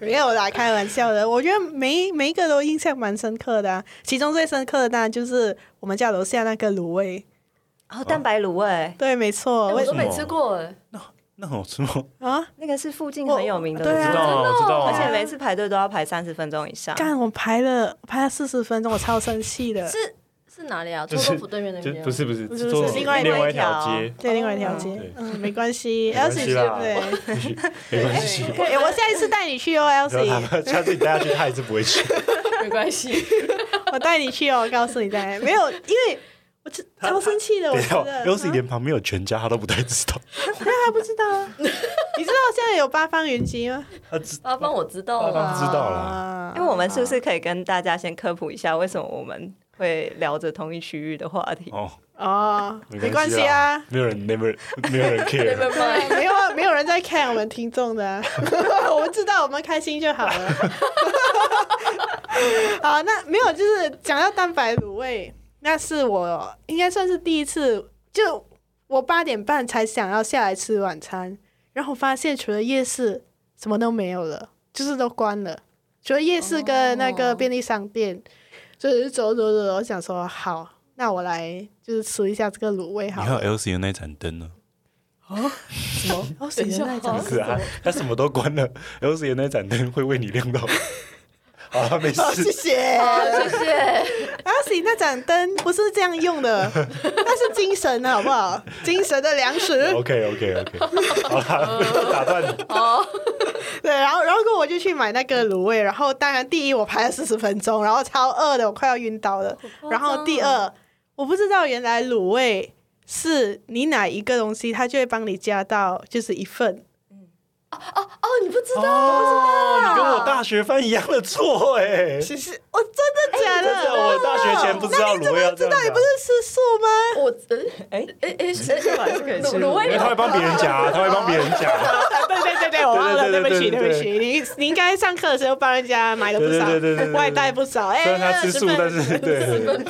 [SPEAKER 1] 没有啦，开玩笑的。我觉得每每一个都印象蛮深刻的、啊，其中最深刻的当然就是我们家楼下那个卤味。
[SPEAKER 5] 哦，蛋白卤味，
[SPEAKER 1] 对，没错，
[SPEAKER 2] 哎
[SPEAKER 1] 我
[SPEAKER 2] 我都没吃过哎，
[SPEAKER 3] 那好吃吗？
[SPEAKER 1] 啊，
[SPEAKER 5] 那个是附近很有名的，
[SPEAKER 1] 我对
[SPEAKER 3] 知
[SPEAKER 1] 啊
[SPEAKER 3] 道啊，我知道
[SPEAKER 5] 而且
[SPEAKER 3] 啊。
[SPEAKER 5] 每次排队都要排三十分钟以上。
[SPEAKER 1] 干我排了排了四十分钟，我超生气的。
[SPEAKER 2] 是是哪里啊？臭
[SPEAKER 3] 就是
[SPEAKER 2] 豆腐对面那
[SPEAKER 3] 就
[SPEAKER 2] 边啊？
[SPEAKER 3] 不是不是，
[SPEAKER 1] 不是
[SPEAKER 3] 坐
[SPEAKER 1] 是
[SPEAKER 5] 另外
[SPEAKER 3] 另外
[SPEAKER 5] 一条
[SPEAKER 3] 街，
[SPEAKER 1] 对，另外
[SPEAKER 5] 哦
[SPEAKER 1] 一条街
[SPEAKER 3] 对，
[SPEAKER 1] 嗯，没关系
[SPEAKER 3] 没关
[SPEAKER 1] ，Elsie
[SPEAKER 3] 系
[SPEAKER 1] 去
[SPEAKER 3] 啦
[SPEAKER 1] 对，
[SPEAKER 3] 没
[SPEAKER 2] 哎
[SPEAKER 3] 关系。
[SPEAKER 1] 可以，我下一次带你去哦
[SPEAKER 3] 然后
[SPEAKER 1] ，Elsie，
[SPEAKER 3] 他下次你带他去，他还是不会去。
[SPEAKER 2] 没关系，
[SPEAKER 1] 我带你去哦，我告诉你带，没有，因为我这超生气的，
[SPEAKER 3] 等
[SPEAKER 1] 我
[SPEAKER 3] 一
[SPEAKER 1] 觉
[SPEAKER 3] 下
[SPEAKER 1] 得
[SPEAKER 3] ，Lucy
[SPEAKER 1] 啊
[SPEAKER 3] 连旁边有全家他都不太知道，
[SPEAKER 1] 他不知道啊，你知道现在有八方云集吗？啊
[SPEAKER 3] 他知
[SPEAKER 2] 阿芳我知道啊
[SPEAKER 3] 阿芳
[SPEAKER 2] 了，
[SPEAKER 3] 知道啦
[SPEAKER 1] 啦
[SPEAKER 5] 因为我们是不是可以跟大家先科普一下，为什么我们会聊着同一区域的话题？
[SPEAKER 3] 哦，
[SPEAKER 1] 哦，没关系
[SPEAKER 3] 系
[SPEAKER 1] 啊，，
[SPEAKER 3] 没有人，没有人，没有人 care。
[SPEAKER 2] Never mind
[SPEAKER 1] 没有啊没有人在看我们听众的、啊，我们知道我们开心就好了。 好，那没有，就是讲到蛋白卤味，那是我应该算是第一次，就我八点半才想要下来吃晚餐，然后发现除了夜市什么都没有了，就是都关了，除了夜市跟那个
[SPEAKER 2] 哦
[SPEAKER 1] 便利商店，所以就走走走，我想说好，那我来就是吃一下这个卤味
[SPEAKER 3] 你
[SPEAKER 1] 好
[SPEAKER 3] 看
[SPEAKER 1] 了。
[SPEAKER 3] Lucy 的那盏灯呢？
[SPEAKER 1] 什么？哦，谁的那
[SPEAKER 3] 不
[SPEAKER 1] 盏
[SPEAKER 3] 是啊，他什么都关了，L C 的那盏灯会为你亮 到。好了，没
[SPEAKER 1] 好，谢
[SPEAKER 3] 事，
[SPEAKER 1] 谢。
[SPEAKER 2] 谢谢。
[SPEAKER 1] Elsie 那盏灯不是这样用的，那是精神的好不好？精神的粮食。
[SPEAKER 3] OK OK OK，好了，不 要打断你。
[SPEAKER 2] 哦
[SPEAKER 1] 对，然后然后我就去买那个卤味，然后当然第一我排了四十分钟，然后超饿的，我快要晕倒了。然后第二，我不知道原来卤味是你哪一个东西，它就会帮你加到就是一份。
[SPEAKER 2] 哦，你不知道，
[SPEAKER 3] 哦，你跟我大学犯一样的错哎！
[SPEAKER 1] 其实我真的假
[SPEAKER 3] 真的，我大学前不知道卤味要这样啊
[SPEAKER 1] 那你
[SPEAKER 3] 讲
[SPEAKER 1] 不是，吃素吗？
[SPEAKER 2] 我哎哎哎，是卤卤
[SPEAKER 3] 因为
[SPEAKER 2] 味
[SPEAKER 3] 他会帮别人 夹，他会帮别人夹。
[SPEAKER 1] 对对对对，我忘了，
[SPEAKER 3] 对
[SPEAKER 1] 对
[SPEAKER 3] 对
[SPEAKER 1] 不
[SPEAKER 3] 对
[SPEAKER 1] 起
[SPEAKER 3] 对
[SPEAKER 1] 对不
[SPEAKER 3] 对
[SPEAKER 1] 起，你你应该上课的时候帮人家买了不少，
[SPEAKER 3] 对对对对对对
[SPEAKER 1] 外带不少，哎，
[SPEAKER 3] 虽然他吃素，
[SPEAKER 1] 20
[SPEAKER 3] 但是对，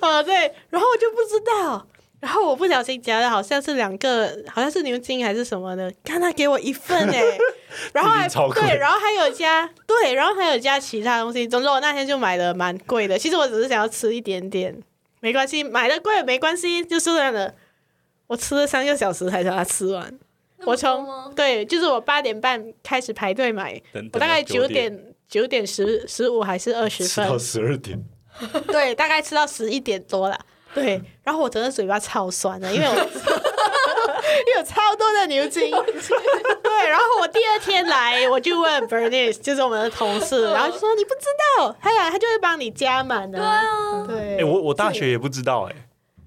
[SPEAKER 1] 啊，对，然后我就不知道，然后我不小心夹了，好像是两个，好像是牛筋还是什么的，看他给我一份哎、 然后还
[SPEAKER 3] 已经超贵
[SPEAKER 1] 对，然后还有加对，然后还有加其他东西，总之我那天就买的蛮贵的，其实我只是想要吃一点点，没关系，买的贵没关系，就是这样的，我吃了三个小时才把它吃完。
[SPEAKER 2] 那么多
[SPEAKER 1] 我从
[SPEAKER 2] 吗
[SPEAKER 1] 对，就是我八点半开始排队买，
[SPEAKER 3] 等
[SPEAKER 1] 我大概
[SPEAKER 3] 嗯等到
[SPEAKER 1] 九
[SPEAKER 3] 9点
[SPEAKER 1] 点九点十十五还是二十
[SPEAKER 3] 吃
[SPEAKER 1] 分
[SPEAKER 3] 到十二点，
[SPEAKER 1] 对，大概吃到十一点多了。对，然后我整个嘴巴超酸的，因为我 因为有超多的牛筋。对，然后我第二天来，我就问 Bernice，就是我们的同事，然后就说你不知道，他呀，他就会帮你加满的、啊。对
[SPEAKER 3] 哎，我我大学也不知道哎，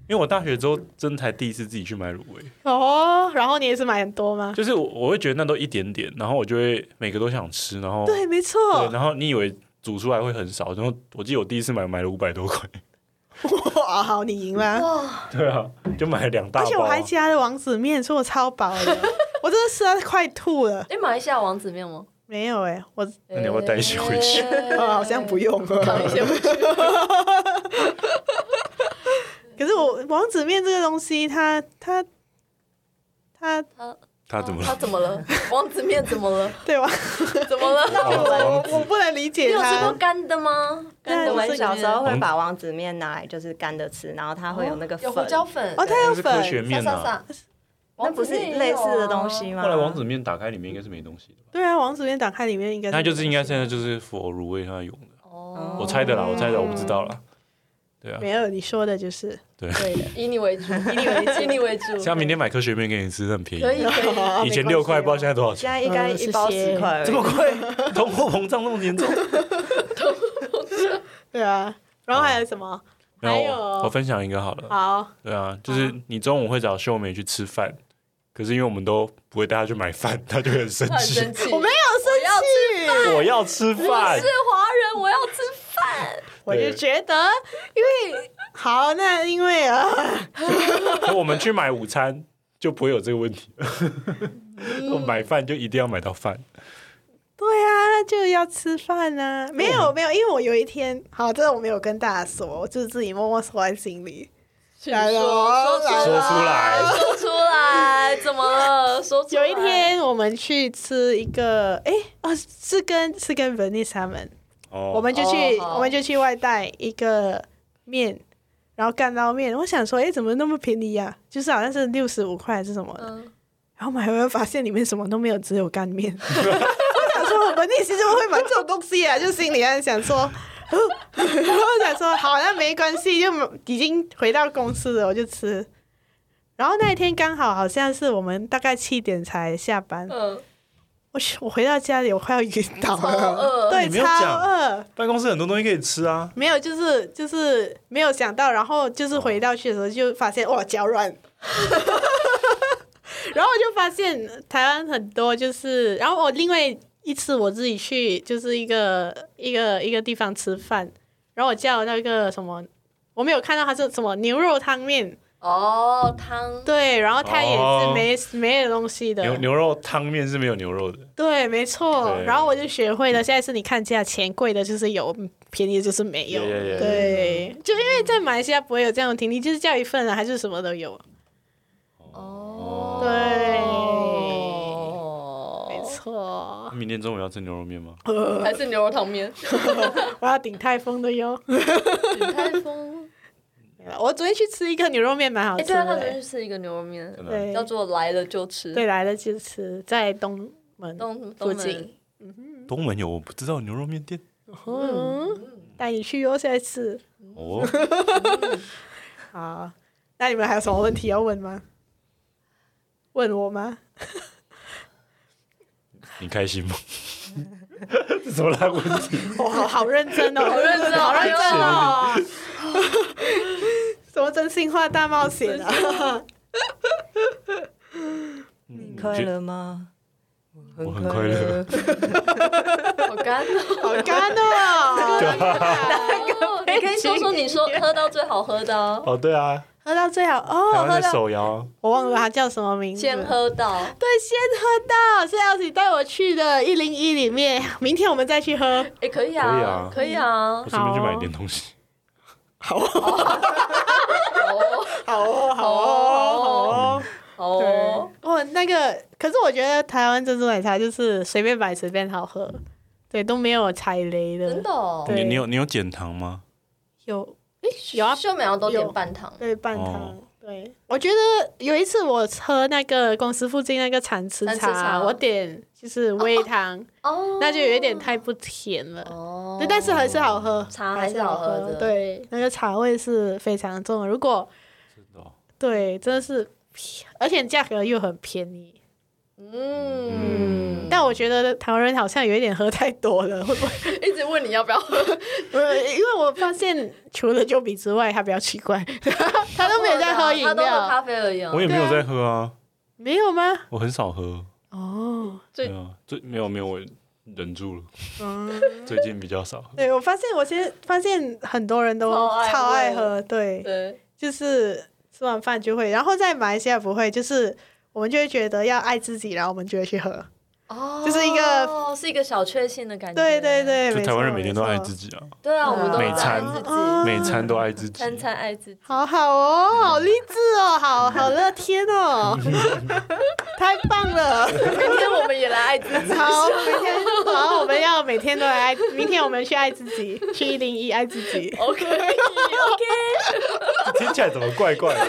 [SPEAKER 3] 因为我大学之后真才第一次自己去买卤味，
[SPEAKER 1] 哦，然后你也是买很多吗？
[SPEAKER 3] 就是我我会觉得那都一点点，然后我就会每个都想吃，然后
[SPEAKER 1] 对，没错
[SPEAKER 3] 对，。然后你以为煮出来会很少，然后我记得我第一次买买了五百多块，
[SPEAKER 1] 哇，好，你赢了。
[SPEAKER 2] 哇，
[SPEAKER 3] 对啊，就买了两大包啊，
[SPEAKER 1] 而且我还加了王子面，说我超饱的，我真的吃到快吐了。
[SPEAKER 2] 哎，马来西亚王子面吗？
[SPEAKER 1] 没有哎、我
[SPEAKER 3] 那你要不要带一些回去？
[SPEAKER 1] 呃好像不用 了。
[SPEAKER 2] 带一些回去。
[SPEAKER 1] 可是我王子面这个东西，它它它
[SPEAKER 2] 他
[SPEAKER 3] 他怎么
[SPEAKER 2] 他
[SPEAKER 3] 了？
[SPEAKER 2] 怎么了？王子面怎么了？
[SPEAKER 1] 对吧？
[SPEAKER 2] 怎么了？
[SPEAKER 3] 王
[SPEAKER 1] 我
[SPEAKER 3] 哦王子
[SPEAKER 1] 我不能理
[SPEAKER 2] 你
[SPEAKER 1] 解
[SPEAKER 2] 有吃过
[SPEAKER 1] 它。
[SPEAKER 2] 干的吗？干
[SPEAKER 1] 对
[SPEAKER 2] 的
[SPEAKER 4] 我
[SPEAKER 2] 王
[SPEAKER 4] 们
[SPEAKER 2] 子
[SPEAKER 4] 小
[SPEAKER 2] 面
[SPEAKER 4] 时候会
[SPEAKER 3] 嗯
[SPEAKER 4] 把王子面拿来就是干的吃，然后它会有那个
[SPEAKER 2] 有
[SPEAKER 4] 粉，
[SPEAKER 2] 胡椒粉
[SPEAKER 1] 哦，它有
[SPEAKER 3] 那是科学
[SPEAKER 1] 粉，
[SPEAKER 3] 面啊。
[SPEAKER 2] 撒撒撒
[SPEAKER 4] 那不是
[SPEAKER 2] 啊
[SPEAKER 4] 类似的东西吗？
[SPEAKER 3] 后来王子面打开里面应该是没东西的吧？
[SPEAKER 1] 对啊，王子面打开里面应该
[SPEAKER 3] 那就是应该现在就是佛乳味它用的，
[SPEAKER 2] 哦，
[SPEAKER 3] 我猜的啦，我猜的，我不知道啦。对啊，
[SPEAKER 1] 没有你说的就是
[SPEAKER 3] 对
[SPEAKER 1] 对的。
[SPEAKER 2] 以你为主，以你为主，以你为主。
[SPEAKER 3] 像明天买科学面给你吃，很便
[SPEAKER 2] 可以
[SPEAKER 3] 宜。
[SPEAKER 2] 可以，
[SPEAKER 1] 哦啊
[SPEAKER 3] 以前六块，不知道现在多 少
[SPEAKER 4] 现
[SPEAKER 3] 钱。
[SPEAKER 4] 在一该
[SPEAKER 1] 嗯
[SPEAKER 4] 一包
[SPEAKER 1] 谢谢
[SPEAKER 4] 十块而已，
[SPEAKER 3] 这么贵， 通货膨胀那么严重？
[SPEAKER 1] 对啊，然后还有什么？
[SPEAKER 3] 然 后
[SPEAKER 1] 还有
[SPEAKER 3] 我我分享一个好了，
[SPEAKER 1] 好，
[SPEAKER 3] 对啊，就是你中午会找秀美去吃饭，可是因为我们都不会带她去买饭，她就会很生
[SPEAKER 2] 他很
[SPEAKER 3] 气。
[SPEAKER 2] 生气。
[SPEAKER 1] 我没有生气，
[SPEAKER 3] 我要吃
[SPEAKER 2] 我
[SPEAKER 3] 饭
[SPEAKER 2] 是，华人，我要吃饭。
[SPEAKER 1] 我就
[SPEAKER 3] 对
[SPEAKER 1] 觉得，因为好，那因为啊，
[SPEAKER 3] 可我们去买午餐就不会有这个问题。我 买饭就一定要买到饭，
[SPEAKER 1] 对啊，那就要吃饭啊。没有没有，因为我有一天，好，这个我没有跟大家说，我就自己默默收在心里。来了哦，
[SPEAKER 2] 说
[SPEAKER 1] 来
[SPEAKER 3] 说
[SPEAKER 1] 了哦
[SPEAKER 3] 出来。
[SPEAKER 2] 说出来，怎么了？说出来
[SPEAKER 1] 有一，天我们去吃一个，哎、哦，是跟是跟 Venice 他们，
[SPEAKER 3] 哦
[SPEAKER 1] 我们就去、
[SPEAKER 2] 哦好
[SPEAKER 1] 我们就去外带一个面，然后干捞面。我想说，哎、怎么那么便宜呀、啊就是好像是六十五块还是什么的。
[SPEAKER 2] 嗯，
[SPEAKER 1] 然后买回来发现里面什么都没有，只有干面。 我想说，我内心怎么会买这种东西啊？就心里暗想说，然后想说，好，那没关系，就已经回到公司了，我就吃。然后那一天刚好好像是我们大概七点才下班，
[SPEAKER 2] 嗯，
[SPEAKER 1] 我去我回到家里，我快要晕倒
[SPEAKER 2] 超
[SPEAKER 1] 了，
[SPEAKER 2] 饿
[SPEAKER 1] 对，
[SPEAKER 3] 你没有
[SPEAKER 1] 超
[SPEAKER 3] 讲
[SPEAKER 1] 饿。
[SPEAKER 3] 办公室很多东西可以吃啊，
[SPEAKER 1] 没有，就是就是没有想到，然后就是回到去的时候就发现哇脚软， 然后我就发现台湾很多就是，然后我另外一次我自己去就是一个一个一个地方吃饭，然后我叫那个什么，我没有看到它是什么牛肉汤面，
[SPEAKER 2] 哦，汤，
[SPEAKER 1] 对，然后它也
[SPEAKER 3] 哦
[SPEAKER 1] 是没、没有东西的，
[SPEAKER 3] 牛牛肉汤面是没有牛肉的，
[SPEAKER 1] 对，没错。
[SPEAKER 3] 对
[SPEAKER 1] 然后我就学会了，现在是你看价钱，贵的就是有，便宜的就是没有。
[SPEAKER 3] Yeah, yeah, yeah.
[SPEAKER 1] 对，就因为在马来西亚不会有这样的厅，你就是叫一份啊，还是什么都有。
[SPEAKER 2] 哦，
[SPEAKER 1] 对，没
[SPEAKER 2] 哦，
[SPEAKER 1] 错。
[SPEAKER 3] 明天中午要吃牛肉面吗？
[SPEAKER 2] 还 是牛肉汤面，
[SPEAKER 1] 我要顶泰丰的哟。
[SPEAKER 2] 鼎泰丰，
[SPEAKER 1] 没了。我昨天去吃一个牛肉面，蛮好
[SPEAKER 2] 哎，
[SPEAKER 1] 吃
[SPEAKER 2] 对啊，他
[SPEAKER 1] 的
[SPEAKER 2] 昨天
[SPEAKER 1] 欸。
[SPEAKER 2] 去吃一个牛肉面，
[SPEAKER 3] 真的
[SPEAKER 1] 对，
[SPEAKER 2] 叫做来了就吃。
[SPEAKER 1] 对，来了就吃，在东门。
[SPEAKER 2] 东
[SPEAKER 1] 附
[SPEAKER 2] 东
[SPEAKER 1] 近
[SPEAKER 2] 门
[SPEAKER 3] 东门有我不知道牛肉面店
[SPEAKER 1] 嗯，带你去哦，下一次。
[SPEAKER 3] 哦。
[SPEAKER 1] 好，那你们还有什么问题要问吗？问我吗？
[SPEAKER 3] 你开心吗？ 这什么烂问题？
[SPEAKER 1] 我好好认真哦，
[SPEAKER 2] 好认真哦
[SPEAKER 1] 好认真
[SPEAKER 2] 好
[SPEAKER 1] 哦。 什么真心话大冒险啊？
[SPEAKER 3] 你
[SPEAKER 5] 快乐吗？
[SPEAKER 3] 我很快 乐，
[SPEAKER 2] 好干哦！
[SPEAKER 1] 好干 哦！
[SPEAKER 2] 哦你可以说说你说喝到最好喝的哦，
[SPEAKER 3] 哦，对啊，
[SPEAKER 1] 喝到最好
[SPEAKER 3] 台
[SPEAKER 1] 哦，喝
[SPEAKER 3] 湾的
[SPEAKER 1] 到
[SPEAKER 3] 手摇，
[SPEAKER 1] 我忘了它叫什么名字。
[SPEAKER 2] 先喝到。
[SPEAKER 1] 对，先喝到是要你带我去的一零一里面，明天我们再去喝。
[SPEAKER 2] 哎，可以
[SPEAKER 3] 可以
[SPEAKER 2] 啊
[SPEAKER 3] 啊，
[SPEAKER 2] 可以啊
[SPEAKER 3] 我。顺便去买点东西。
[SPEAKER 2] 哦
[SPEAKER 1] 好哦，好
[SPEAKER 2] 哦好
[SPEAKER 1] 哦。
[SPEAKER 2] 哦，
[SPEAKER 1] 哦，那个，可是我觉得台湾珍珠奶茶就是随便买随便好喝，对，都没有踩雷的。
[SPEAKER 2] 真的哦。
[SPEAKER 1] 对
[SPEAKER 3] 你你有你有减糖吗？
[SPEAKER 1] 有，诶，有啊，
[SPEAKER 2] 秀美好像都
[SPEAKER 1] 有
[SPEAKER 2] 点半糖。
[SPEAKER 1] 对，半糖。
[SPEAKER 3] 哦
[SPEAKER 1] 对，我觉得有一次我喝那个公司附近那个产吃茶，
[SPEAKER 2] 蚕吃茶
[SPEAKER 1] 我点就是微糖，
[SPEAKER 2] 哦，
[SPEAKER 1] 那就有一点太不甜了。
[SPEAKER 2] 哦
[SPEAKER 1] 对，但是还是好喝，
[SPEAKER 2] 茶
[SPEAKER 1] 还
[SPEAKER 2] 还是好喝的
[SPEAKER 1] 对，那个茶味是非常重的。如果
[SPEAKER 3] 真的哦，
[SPEAKER 1] 对，真的是便，而且价格又很便宜。
[SPEAKER 2] 嗯，
[SPEAKER 1] 但我觉得台湾人好像有一点喝太多了， 会不会？
[SPEAKER 2] 一直问你要不要喝，
[SPEAKER 1] 呃因为我发现除了酒比之外，他比较奇怪， 他都没有在喝饮
[SPEAKER 2] 他都喝
[SPEAKER 1] 料，
[SPEAKER 2] 咖啡而已啊
[SPEAKER 3] 哦我。也没有在喝啊，
[SPEAKER 1] 没有吗？
[SPEAKER 3] 我很少喝。
[SPEAKER 1] 哦，
[SPEAKER 2] 最
[SPEAKER 3] 对啊，最没有没有我忍住了，
[SPEAKER 1] 嗯。
[SPEAKER 3] 最近比较少喝。
[SPEAKER 1] 对，我发现，我现在发现很多人都
[SPEAKER 2] 超爱
[SPEAKER 1] 超爱
[SPEAKER 2] 喝
[SPEAKER 1] 喝，对，
[SPEAKER 2] 对，
[SPEAKER 1] 就是吃完饭就会，然后在马来西亚不会，就是我们就会觉得要爱自己，然后我们就会去喝。
[SPEAKER 2] 哦
[SPEAKER 1] 就是一个
[SPEAKER 2] 哦是一个小确幸的感觉。
[SPEAKER 1] 对对，嗯对，
[SPEAKER 3] 就
[SPEAKER 1] 没
[SPEAKER 3] 台湾人
[SPEAKER 1] 错
[SPEAKER 3] 每天都爱自
[SPEAKER 1] 没错
[SPEAKER 3] 己啊，
[SPEAKER 2] 对啊，我们都
[SPEAKER 3] 每
[SPEAKER 2] 在爱
[SPEAKER 3] 餐
[SPEAKER 2] 自己，
[SPEAKER 1] 哦
[SPEAKER 3] 每餐都爱自己。
[SPEAKER 2] 餐餐爱 自己。
[SPEAKER 1] 好好哦，好励志哦，好好乐天 哦，太棒了！
[SPEAKER 2] 明天我们也来爱 自己。
[SPEAKER 1] 好，每天好，我们要每天都来爱，明天我们去爱自己，去一零一爱自己。
[SPEAKER 2] OK OK，
[SPEAKER 3] 听起来怎么怪 怪的？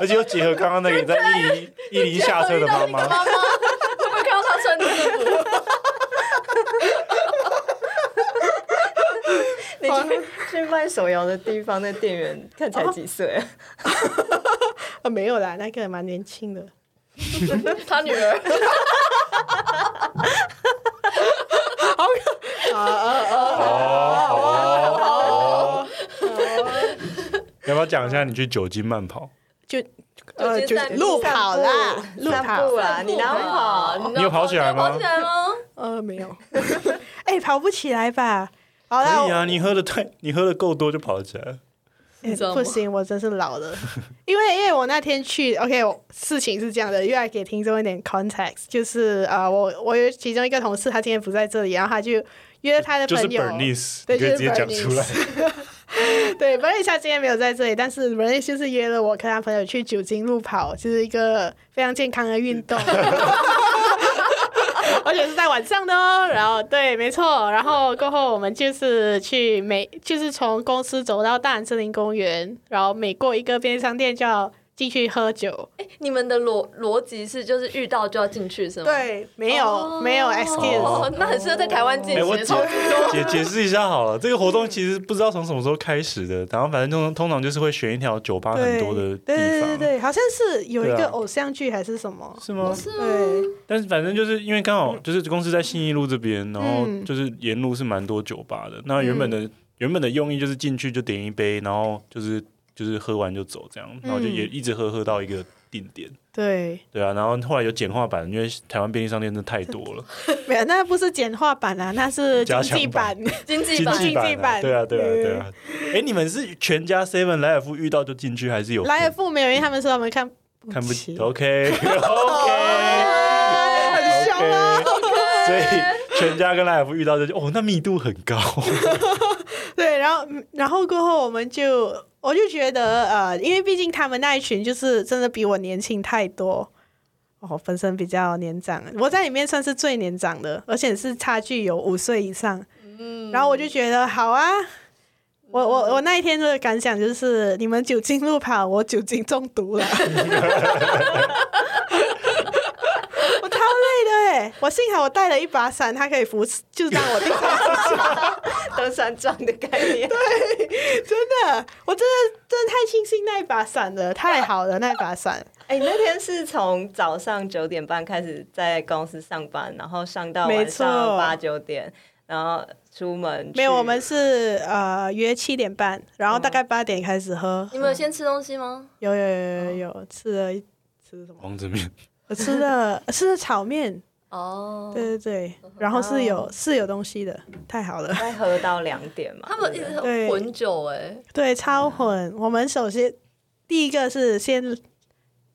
[SPEAKER 3] 而且又结合刚刚那个在伊犁伊犁下车的妈 妈，
[SPEAKER 2] 会不会看到他穿制服？
[SPEAKER 5] 你去哦去卖手摇的地方，那店员看起来几岁啊？
[SPEAKER 1] 啊，没有啦，那个蛮年轻的。
[SPEAKER 2] 他女儿
[SPEAKER 1] 啊啊啊！
[SPEAKER 3] 哦， 要不要讲一下你去酒精慢跑？
[SPEAKER 1] 就呃，
[SPEAKER 2] 就
[SPEAKER 1] 就
[SPEAKER 2] 街散步
[SPEAKER 1] 路跑啦，路
[SPEAKER 5] 散
[SPEAKER 1] 跑
[SPEAKER 5] 步啦，你哪会跑？
[SPEAKER 2] 哦啊你
[SPEAKER 3] 哦你有跑起来吗
[SPEAKER 2] 跑起来吗？
[SPEAKER 1] 呃，没有， 哎、跑不起来吧？好啦，
[SPEAKER 3] 可以啊，你喝的太，你喝的够多就跑得起来了。
[SPEAKER 1] 哎
[SPEAKER 2] 你知道吗
[SPEAKER 1] 不行，我真是老了。因为因为我那天去，OK，我事情是这样的，又来给听众一点 context，就是呃，我我有其中一个同事，他今天不在这里，然后他就约他的
[SPEAKER 3] 就
[SPEAKER 1] 朋
[SPEAKER 3] 是
[SPEAKER 1] 友，
[SPEAKER 3] Bernice，
[SPEAKER 1] 对
[SPEAKER 3] 你可以
[SPEAKER 1] 就
[SPEAKER 3] 直
[SPEAKER 1] 是
[SPEAKER 3] 接讲出来。
[SPEAKER 1] 对 b e r n i 他今天没有在这里，但是 b e r n i 就是约了我跟他朋友去酒精路跑，就是一个非常健康的运动。而且是在晚上的哦，然后对，没错，然后过后我们就是去每，就是从公司走到大安森林公园，然后每过一个便利商店就要进去喝酒。
[SPEAKER 2] 哎，你们的逻逻辑是就是遇到就要进去是吗？
[SPEAKER 1] 对，没有、
[SPEAKER 2] 哦，
[SPEAKER 1] 没有 excuse，、
[SPEAKER 2] 哦那很适合在台湾进
[SPEAKER 3] 哎，我
[SPEAKER 2] 行，
[SPEAKER 3] 解
[SPEAKER 2] 超
[SPEAKER 3] 解解释一下好了，这个活动其实不知道从什么时候开始的，然后反正通通常就是会选一条酒吧很
[SPEAKER 1] 对
[SPEAKER 3] 多的
[SPEAKER 1] 对
[SPEAKER 3] 地
[SPEAKER 1] 对
[SPEAKER 3] 方
[SPEAKER 1] 对，对，好像是有一
[SPEAKER 3] 对
[SPEAKER 1] 个
[SPEAKER 3] 啊
[SPEAKER 1] 偶像剧还是什么，
[SPEAKER 3] 是吗？
[SPEAKER 2] 是吗？
[SPEAKER 1] 对，
[SPEAKER 3] 但是反正就是因为刚好就是公司在信义路这边，然后
[SPEAKER 1] 嗯
[SPEAKER 3] 就是沿路是蛮多酒吧的。那原本的、原本的用意就是进去就点一杯，然后就是就是喝完就走这样，然后就
[SPEAKER 1] 嗯
[SPEAKER 3] 也一直喝喝到一个定点。
[SPEAKER 1] 对，
[SPEAKER 3] 对啊，然后后来有简化版，因为台湾便利商店真的太多了，
[SPEAKER 1] 没有，那不是简化版啊，那是经
[SPEAKER 3] 加强
[SPEAKER 1] 济版。
[SPEAKER 2] 经济
[SPEAKER 3] 经
[SPEAKER 2] 版
[SPEAKER 3] 济
[SPEAKER 1] 经济
[SPEAKER 3] 版啊、
[SPEAKER 1] 版
[SPEAKER 3] 对啊，对啊，对啊。哎、你们是全家 Seven 莱尔富遇到就进去，还是有
[SPEAKER 1] 莱尔富没有，因为他们说他们看
[SPEAKER 3] 看不哦
[SPEAKER 1] 起。
[SPEAKER 3] ？OK OK 。
[SPEAKER 1] 很凶啊！
[SPEAKER 3] 所以全家跟莱尔富遇到就哦，那密度很 高，
[SPEAKER 1] 对，然后嗯然后过后我们就我就觉得呃，因为毕竟他们那一群就是真的比我年轻太多。哦，我本身比较年长，我在里面算是最年长的，而且是差距有五岁以上。然后我就觉得好啊，我我我那一天的感想就是，你们酒精路跑，我酒精中毒了， 我超累的哎！我幸好我带了一把伞，它可以扶持，就是让我定
[SPEAKER 5] 登山杖的概
[SPEAKER 1] 真
[SPEAKER 5] 念。
[SPEAKER 1] 的，我真的真的太庆幸那一把伞了，太好了那一把伞。
[SPEAKER 5] 哎、那天是从早上九点半开始在公司上班，然后上到
[SPEAKER 1] 没
[SPEAKER 5] 晚
[SPEAKER 1] 错
[SPEAKER 5] 上八九点，然后出门去
[SPEAKER 1] 没有，我们是呃约七点半，然后大概八点开始喝。
[SPEAKER 2] 你们有先吃东西吗？
[SPEAKER 1] 有有有有有吃了一吃 什么？
[SPEAKER 3] 王子面
[SPEAKER 1] 我吃了吃了炒面，
[SPEAKER 2] 哦，
[SPEAKER 1] 对对对，然后是有是有东西的，太好了。
[SPEAKER 5] 再喝到两点嘛。
[SPEAKER 2] 他们一直
[SPEAKER 1] 对
[SPEAKER 2] 混酒哎，
[SPEAKER 1] 对，超混。我们首先第一个是先，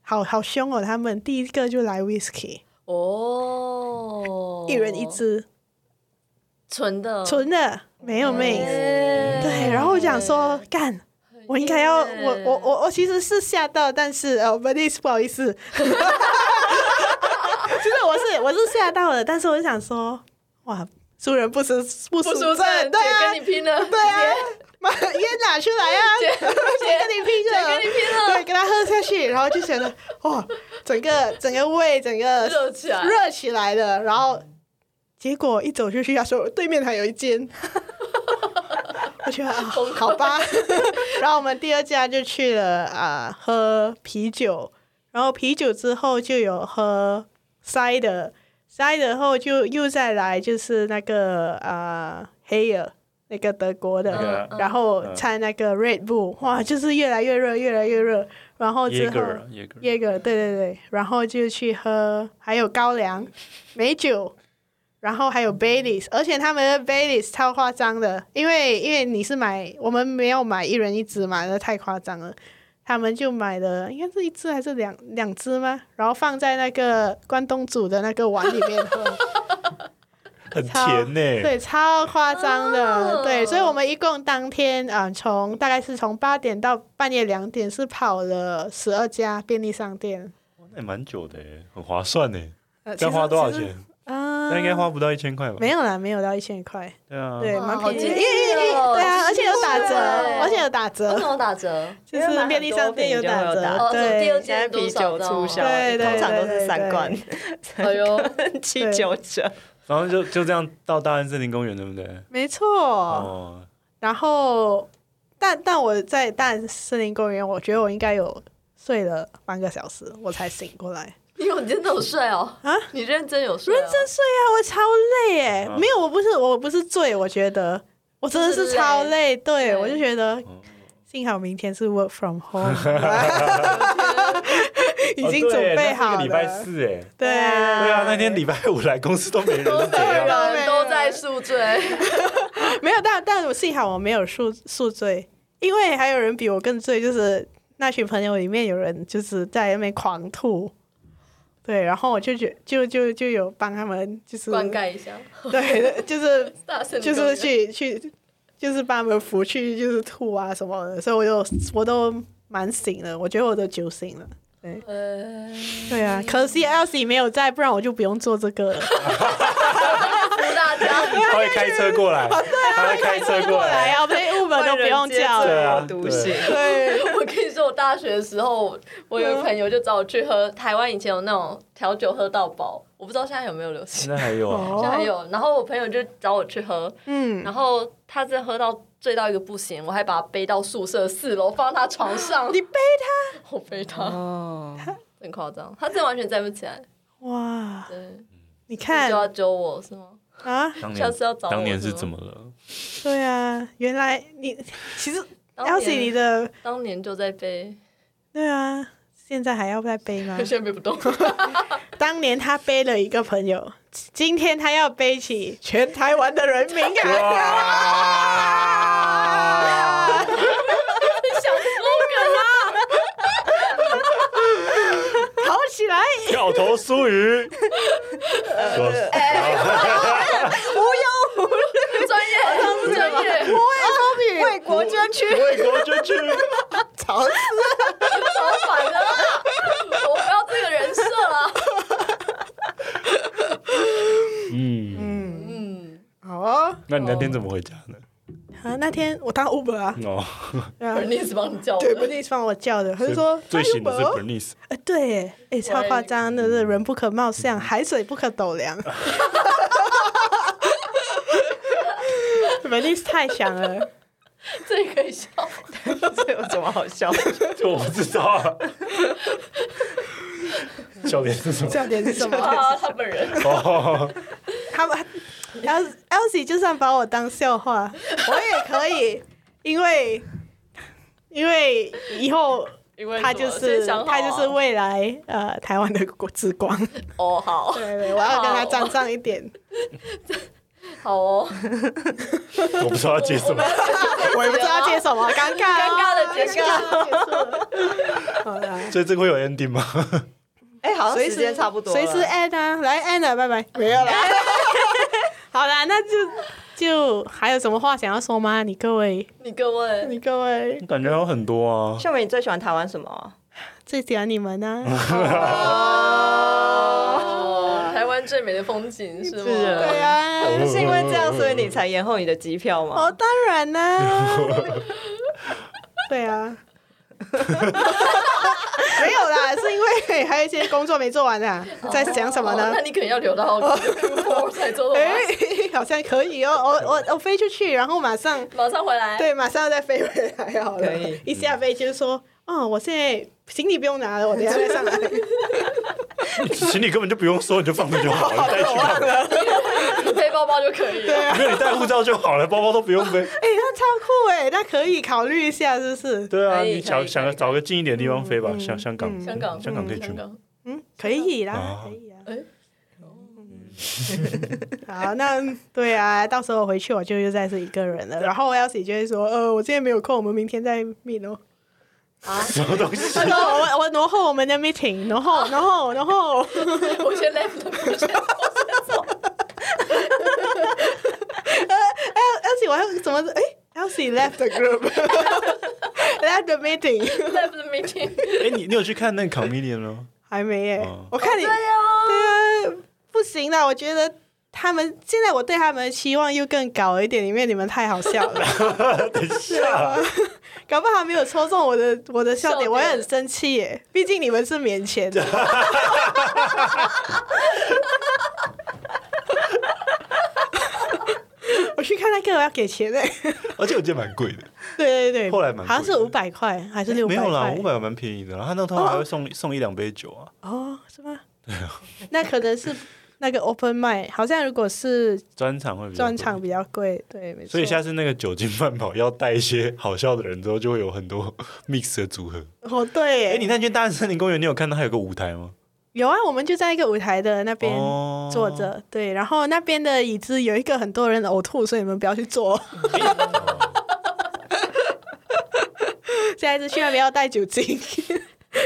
[SPEAKER 1] 好好凶哦，他们第一个就来 whisky，、
[SPEAKER 2] 哦，哦
[SPEAKER 1] 一人一支，
[SPEAKER 2] 纯的，哎
[SPEAKER 1] 纯的，没有
[SPEAKER 2] 耶
[SPEAKER 1] mix。对，然后我想说，干，我应该要，我我我我其实是吓到，但是呃，不好意思，不好意思， 就是我是我是吓到了，但是我就想说，哇，输人不输不
[SPEAKER 2] 不
[SPEAKER 1] 输
[SPEAKER 2] 输
[SPEAKER 1] 阵，
[SPEAKER 2] 阵，
[SPEAKER 1] 对
[SPEAKER 2] 姐
[SPEAKER 1] 啊
[SPEAKER 2] 跟你拼了，
[SPEAKER 1] 对啊，妈烟拿出来啊，
[SPEAKER 2] 姐
[SPEAKER 1] 谁跟
[SPEAKER 2] 姐
[SPEAKER 1] 你拼了，
[SPEAKER 2] 跟你拼了，
[SPEAKER 1] 对，跟他喝下去，然后就觉得哇，整个整个胃整个
[SPEAKER 2] 热起
[SPEAKER 3] 啊
[SPEAKER 2] 来，
[SPEAKER 1] 热起来了，然后结果一走出去，他说对面还有一间。 我觉得、啊、好吧， 然后我们第二家就去了啊、喝啤酒，然后啤酒之后就有喝 cider，cider 后就又再来就是那个啊、黑尔那个德国的，
[SPEAKER 3] 那个
[SPEAKER 2] 嗯
[SPEAKER 1] 然后掺那个 Red Bull，哇，就是越来越热，越来越热。然后之
[SPEAKER 3] 耶
[SPEAKER 1] 后
[SPEAKER 3] 格尔，耶格尔，
[SPEAKER 1] 耶格，对对对，然后就去喝，还有高 粱、美酒，然后还
[SPEAKER 3] 嗯
[SPEAKER 1] 有 Baileys，而且他们的 Baileys 超夸张的，因为因为你是买，我们没有买一人一支嘛，那太夸张了。他们就买了，应该是一支还是两两支吗？然后放在那个关东煮的那个碗里面 喝。
[SPEAKER 3] 很甜呢、
[SPEAKER 1] 对，超夸张的，
[SPEAKER 2] 哦
[SPEAKER 1] 对，所以我们一共当天啊、呃从大概是从八点到半夜两点，是跑了十二家便利商店。
[SPEAKER 3] 那也蛮久的、欸，很划算呢、欸。
[SPEAKER 1] 呃
[SPEAKER 3] 这样花多少？
[SPEAKER 1] 其实其实
[SPEAKER 3] 钱？
[SPEAKER 1] 啊，
[SPEAKER 3] 那应该花不到一千块吧？
[SPEAKER 1] 没有啦，没有到一千块，
[SPEAKER 3] 对啊，
[SPEAKER 1] 对，
[SPEAKER 2] 哇
[SPEAKER 1] 蛮
[SPEAKER 2] 好
[SPEAKER 1] 便宜的，
[SPEAKER 2] 经济
[SPEAKER 1] 因为因为因
[SPEAKER 2] 哦
[SPEAKER 1] 为 对啊，
[SPEAKER 2] 好
[SPEAKER 1] 而且有打
[SPEAKER 2] 经济
[SPEAKER 1] 折
[SPEAKER 2] 哦，
[SPEAKER 1] 而且有打
[SPEAKER 2] 为什
[SPEAKER 1] 折，
[SPEAKER 2] 么打折？
[SPEAKER 1] 就是便利商店有打
[SPEAKER 5] 因为买很
[SPEAKER 1] 折，
[SPEAKER 5] 多
[SPEAKER 2] 哦，所以第二
[SPEAKER 1] 对，
[SPEAKER 5] 现
[SPEAKER 2] 件
[SPEAKER 5] 在啤
[SPEAKER 2] 多少
[SPEAKER 5] 酒促销，
[SPEAKER 1] 对对
[SPEAKER 5] 通常都是三罐
[SPEAKER 1] 对
[SPEAKER 2] 哎呦，
[SPEAKER 5] 七九折。
[SPEAKER 3] 然后就就这样到大安森林公园，对不对？
[SPEAKER 1] 没错。
[SPEAKER 3] 哦，
[SPEAKER 1] 然后，但但我在但森林公园，我觉得我应该有睡了半个小时，我才醒过来。
[SPEAKER 2] 你有真的有睡哦？
[SPEAKER 1] 啊，
[SPEAKER 2] 你认真有睡哦？
[SPEAKER 1] 认真睡啊，我超累耶！
[SPEAKER 3] 啊
[SPEAKER 1] 没有，我不是，我不是醉，我觉得我真的是超累。对，
[SPEAKER 2] 对
[SPEAKER 1] 我就觉得
[SPEAKER 3] 哦
[SPEAKER 1] 幸好明天是 work from home，已 经
[SPEAKER 3] 哦对
[SPEAKER 1] 准备
[SPEAKER 3] 那
[SPEAKER 1] 好
[SPEAKER 3] 是
[SPEAKER 1] 了。
[SPEAKER 3] 个礼拜四哎，
[SPEAKER 1] 对啊，
[SPEAKER 3] 对啊，那天礼拜五来公司都没 人，是怎样
[SPEAKER 1] 人
[SPEAKER 2] 人都在宿醉，
[SPEAKER 1] 没有，但但我幸好我没有宿宿醉，因为还有人比我更醉，就是那群朋友里面有人就是在那边狂吐。对，然后我就觉就就就有帮他们，就是
[SPEAKER 2] 灌溉一下，
[SPEAKER 1] 对，就是
[SPEAKER 2] 大 声
[SPEAKER 1] 就是去去，就是把他们扶去，就是吐啊什么的，所以我就我都蛮醒了，我觉得我都酒醒了。
[SPEAKER 2] 呃，
[SPEAKER 1] 对啊，可惜 Elsie 没有在，不然我就不用做这个了。
[SPEAKER 2] 祝大家
[SPEAKER 3] 他会开车过来，他会开车过
[SPEAKER 1] 过来
[SPEAKER 3] 来，
[SPEAKER 1] 啊，我们 Uber 都不用叫
[SPEAKER 3] 对
[SPEAKER 1] 了。
[SPEAKER 3] 啊
[SPEAKER 5] 我独醒。
[SPEAKER 1] 对，
[SPEAKER 2] 我跟你说，我大学的时候，我有一个朋友就找我去喝台湾以前有那种调酒喝到饱，我不知道现在有没有流行，
[SPEAKER 3] 现在还有啊，
[SPEAKER 1] 哦
[SPEAKER 2] 现在还有。然后我朋友就找我去喝，
[SPEAKER 1] 嗯，
[SPEAKER 2] 然后他真的喝到醉到一个不行，我还把他背到宿舍四楼，放他床上，
[SPEAKER 1] 你背
[SPEAKER 2] 我背他，
[SPEAKER 5] 哦，
[SPEAKER 2] 很夸张，他真的完全站不起来。
[SPEAKER 1] 哇，
[SPEAKER 2] 对，
[SPEAKER 1] 你
[SPEAKER 2] 你
[SPEAKER 1] 看
[SPEAKER 2] 就要揪我是吗？
[SPEAKER 1] 啊，
[SPEAKER 3] 当
[SPEAKER 2] 下次要找我
[SPEAKER 3] 当年
[SPEAKER 2] 是
[SPEAKER 3] 是
[SPEAKER 2] 吗
[SPEAKER 3] 怎么了？
[SPEAKER 1] 对啊，原来你其实
[SPEAKER 2] 当年
[SPEAKER 1] Elsie 你的
[SPEAKER 2] 当年就在背，
[SPEAKER 1] 对啊，现在还要再背吗
[SPEAKER 2] 可？现在背不 动。
[SPEAKER 1] 当年他背了一个朋友，今天他要背起全台湾的人民啊！
[SPEAKER 3] 哇！
[SPEAKER 2] 想多
[SPEAKER 1] 跑起来！
[SPEAKER 3] 跳头酥鱼，哎
[SPEAKER 2] 远了，专业，专业，
[SPEAKER 1] 我也
[SPEAKER 5] 为国捐躯，
[SPEAKER 3] 为国捐 躯，
[SPEAKER 1] 超比
[SPEAKER 2] 超反的啦，我不要这个人设了。
[SPEAKER 3] 嗯，
[SPEAKER 1] 嗯，
[SPEAKER 2] 嗯，
[SPEAKER 1] 好哦，
[SPEAKER 3] 那你那天怎么回家呢？
[SPEAKER 1] 啊，那天我搭 Uber 啊，
[SPEAKER 3] 哦，
[SPEAKER 1] 对啊
[SPEAKER 2] b e r n i c 帮你叫
[SPEAKER 1] 对，
[SPEAKER 2] 的
[SPEAKER 1] 不是帮我叫的，他就
[SPEAKER 3] 所以
[SPEAKER 1] 说
[SPEAKER 3] 最
[SPEAKER 1] 搭
[SPEAKER 3] 醒的是
[SPEAKER 1] Uber 哦
[SPEAKER 3] Bernice，
[SPEAKER 1] 哎，对耶，哎，超夸张的，是人不可貌相，海水不可斗 量。Bernice 太强了，
[SPEAKER 2] 这个可以笑。
[SPEAKER 5] 这有什么好笑？
[SPEAKER 3] 这我不知道啊。笑 点是什么？
[SPEAKER 1] 笑点是什么？
[SPEAKER 2] 啊，他本人
[SPEAKER 3] 哦，
[SPEAKER 1] 他们 L Elsie 就算把我当笑话，我也可以，因为因为以后
[SPEAKER 2] 因为
[SPEAKER 1] 他
[SPEAKER 2] 什
[SPEAKER 1] 就
[SPEAKER 2] 么
[SPEAKER 1] 是
[SPEAKER 2] 先想好
[SPEAKER 1] 他就是
[SPEAKER 2] 啊
[SPEAKER 1] 未来呃台湾的国之光。
[SPEAKER 2] 哦，好
[SPEAKER 1] 对对，我要跟他沾上一点，
[SPEAKER 2] 好哦，
[SPEAKER 3] 我不知道要接什么。
[SPEAKER 1] 我也不知道接 什么，尴尬啊
[SPEAKER 2] 尴尬的结束
[SPEAKER 1] 尬结束。好啦。
[SPEAKER 3] 所以这个会有 ending 吗？
[SPEAKER 5] 哎，好像
[SPEAKER 1] 随
[SPEAKER 5] 时间差不多了，
[SPEAKER 1] 随时 add 啊，来 add 了，拜拜，没 有了。好啦，那就就还有什么话想要说吗？你各位，
[SPEAKER 2] 你各位，
[SPEAKER 1] 你各位，
[SPEAKER 3] 感觉还有很多啊。
[SPEAKER 5] 秀美，你最喜欢台湾什么啊？
[SPEAKER 1] 最喜欢你们呢、啊。
[SPEAKER 2] 哦，台湾最美的风景是吗？
[SPEAKER 5] 是啊
[SPEAKER 1] 对啊，
[SPEAKER 5] 是因为这样，所以你才延后你的机票
[SPEAKER 1] 哦，
[SPEAKER 5] 吗？
[SPEAKER 1] 当然啦、 对啊。 没有啦，是因为还有一些工作没做完啊，在想什么
[SPEAKER 2] 哦
[SPEAKER 1] 呢
[SPEAKER 2] 那？你可能要留到 Q4 才做的
[SPEAKER 1] 哎、
[SPEAKER 2] 吧，
[SPEAKER 1] 好像可以哦， 我我我飞出去，然后马上
[SPEAKER 2] 马上回来。
[SPEAKER 1] 对，马上再飞回来好了。
[SPEAKER 5] 可以
[SPEAKER 1] 一下飞机就说：“哦，我现在行李不用拿了，我等一下再上 来。
[SPEAKER 3] 行李根本就不用收，你就放着就好 了，你带去干嘛？
[SPEAKER 2] 你背包包就可以了。
[SPEAKER 3] 没有，你带护照就好了，包包都不用 背。”
[SPEAKER 1] 哎、那超酷哎，那可以考虑一下，是不是？
[SPEAKER 3] 对啊，
[SPEAKER 2] 可以
[SPEAKER 3] 你
[SPEAKER 2] 可
[SPEAKER 3] 想
[SPEAKER 2] 以
[SPEAKER 3] 想
[SPEAKER 2] 可
[SPEAKER 3] 个
[SPEAKER 2] 以
[SPEAKER 3] 找个近一点的地方飞吧，
[SPEAKER 1] 嗯
[SPEAKER 3] 像香港
[SPEAKER 1] 嗯，
[SPEAKER 2] 香港，
[SPEAKER 3] 香港可以去
[SPEAKER 2] 香
[SPEAKER 3] 吗？
[SPEAKER 2] 港。
[SPEAKER 1] 嗯，可以啦
[SPEAKER 3] 啊，
[SPEAKER 1] 可以啊。
[SPEAKER 2] 哎
[SPEAKER 1] 好，那对啊，到时候我回去我就又再是一个人了。然后我要是就会说：“呃，我今天没有空，我们明天再 meet 哦。
[SPEAKER 3] 什么东西？
[SPEAKER 1] 他说：“ 我我挪后我们的 meeting，挪后挪后挪后。
[SPEAKER 2] 我先 left 我先走。
[SPEAKER 1] ”Elsie，我要怎么？哎、e l s i e left the group，left the meeting。
[SPEAKER 2] left the meeting。
[SPEAKER 3] 哎，你你有去看那个 comedian 吗？
[SPEAKER 1] 还没耶、
[SPEAKER 3] 哦
[SPEAKER 1] 我看你、对啊，不行啦，我觉得他们现在我对他们的期望又更高一点，因为你们太好笑了，
[SPEAKER 3] 等一下，
[SPEAKER 1] 搞不好没有戳中我的我的笑点，
[SPEAKER 2] 笑点
[SPEAKER 1] 我也很生气耶，毕竟你们是免钱的。 我去看那个，我要给钱哎、
[SPEAKER 3] 而且我觉得蛮贵的，
[SPEAKER 1] 对对对，
[SPEAKER 3] 后来蛮贵
[SPEAKER 1] 好
[SPEAKER 3] 的
[SPEAKER 1] 像是五百块还是六
[SPEAKER 3] 没
[SPEAKER 1] 百块？
[SPEAKER 3] 有啦，五百蛮便宜的。然后他那通常还会送送一两杯酒啊，
[SPEAKER 1] 哦，是吗？那可能是那个 open m i d 好像如果是
[SPEAKER 3] 专场会比较贵
[SPEAKER 1] 专场。比较贵，对，没错。
[SPEAKER 3] 所以下次那个酒精饭跑要带一些好笑的人之后，就会有很多 mix 的组合。
[SPEAKER 1] 哦，对耶，
[SPEAKER 3] 哎，你那间大安森林公园，你有看到它有个舞台吗？
[SPEAKER 1] 有啊？我们就在一个舞台的那边
[SPEAKER 3] 哦
[SPEAKER 1] 坐着，对，然后那边的椅子有一个很多人呕吐，所以你们不要去坐。下一次去那边要带酒精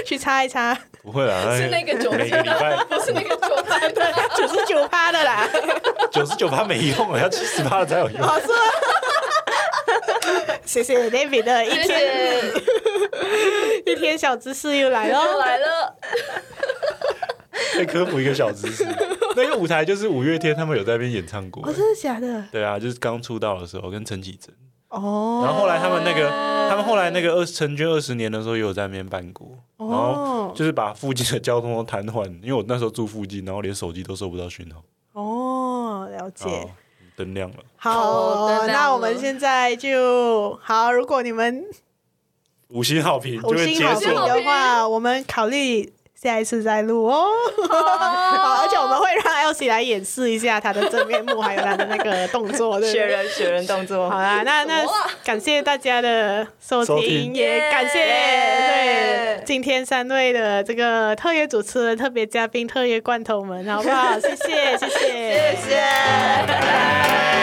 [SPEAKER 1] 去擦一擦，
[SPEAKER 3] 不会啦，哎
[SPEAKER 2] 是那个酒
[SPEAKER 3] 每
[SPEAKER 2] 精
[SPEAKER 3] 个礼
[SPEAKER 2] 啊，
[SPEAKER 3] 拜
[SPEAKER 2] 不是那个酒 精啊。
[SPEAKER 1] 九十九趴的啦，
[SPEAKER 3] 九十九趴没用了，要七十趴才有用。
[SPEAKER 1] 好说。谢谢 David 的一
[SPEAKER 2] 谢
[SPEAKER 1] 天
[SPEAKER 2] 谢，
[SPEAKER 1] 一天小知识又 来
[SPEAKER 2] 又
[SPEAKER 1] 了，
[SPEAKER 2] 来了，
[SPEAKER 3] 再科普一个小知识，那个舞台就是五月天他们有在那边演唱过
[SPEAKER 1] 哦，。真的假的？
[SPEAKER 3] 对啊，就是刚出道的时候跟陈绮贞，
[SPEAKER 1] 哦，
[SPEAKER 3] 然后后来他们那个，他们后来那个二陈娟二十年的时候也有在那边办过，
[SPEAKER 1] 哦
[SPEAKER 3] 然后就是把附近的交通都瘫痪，因为我那时候住附近，然后连手机都收不到讯号，
[SPEAKER 1] 哦，了解。
[SPEAKER 3] 哦，灯亮了，
[SPEAKER 1] 好
[SPEAKER 2] 哦，对
[SPEAKER 1] 那我
[SPEAKER 2] 这样
[SPEAKER 1] 们
[SPEAKER 2] 了
[SPEAKER 1] 现在就好。如果你们
[SPEAKER 3] 五星好评就
[SPEAKER 1] 五
[SPEAKER 3] 会
[SPEAKER 1] 星
[SPEAKER 3] 解
[SPEAKER 1] 好评
[SPEAKER 2] 就
[SPEAKER 3] 锁
[SPEAKER 2] 会。
[SPEAKER 1] 的话，我们考虑下一次再录哦。 好，哦而且我们会让 Elsie 来演示一下她的真面目，还有她的那个动作， 对不对？
[SPEAKER 5] 学人学人动作
[SPEAKER 1] 好。啦，那那
[SPEAKER 2] 什么啊
[SPEAKER 1] 感谢大家的收
[SPEAKER 3] 收
[SPEAKER 1] 听，
[SPEAKER 3] 听
[SPEAKER 1] 也
[SPEAKER 2] 耶
[SPEAKER 1] 感谢
[SPEAKER 2] 耶
[SPEAKER 1] 对今天三位的这个特约主持人、特别嘉宾、特约罐头们，好不好？谢谢，谢谢，谢谢。
[SPEAKER 2] 谢谢，拜拜。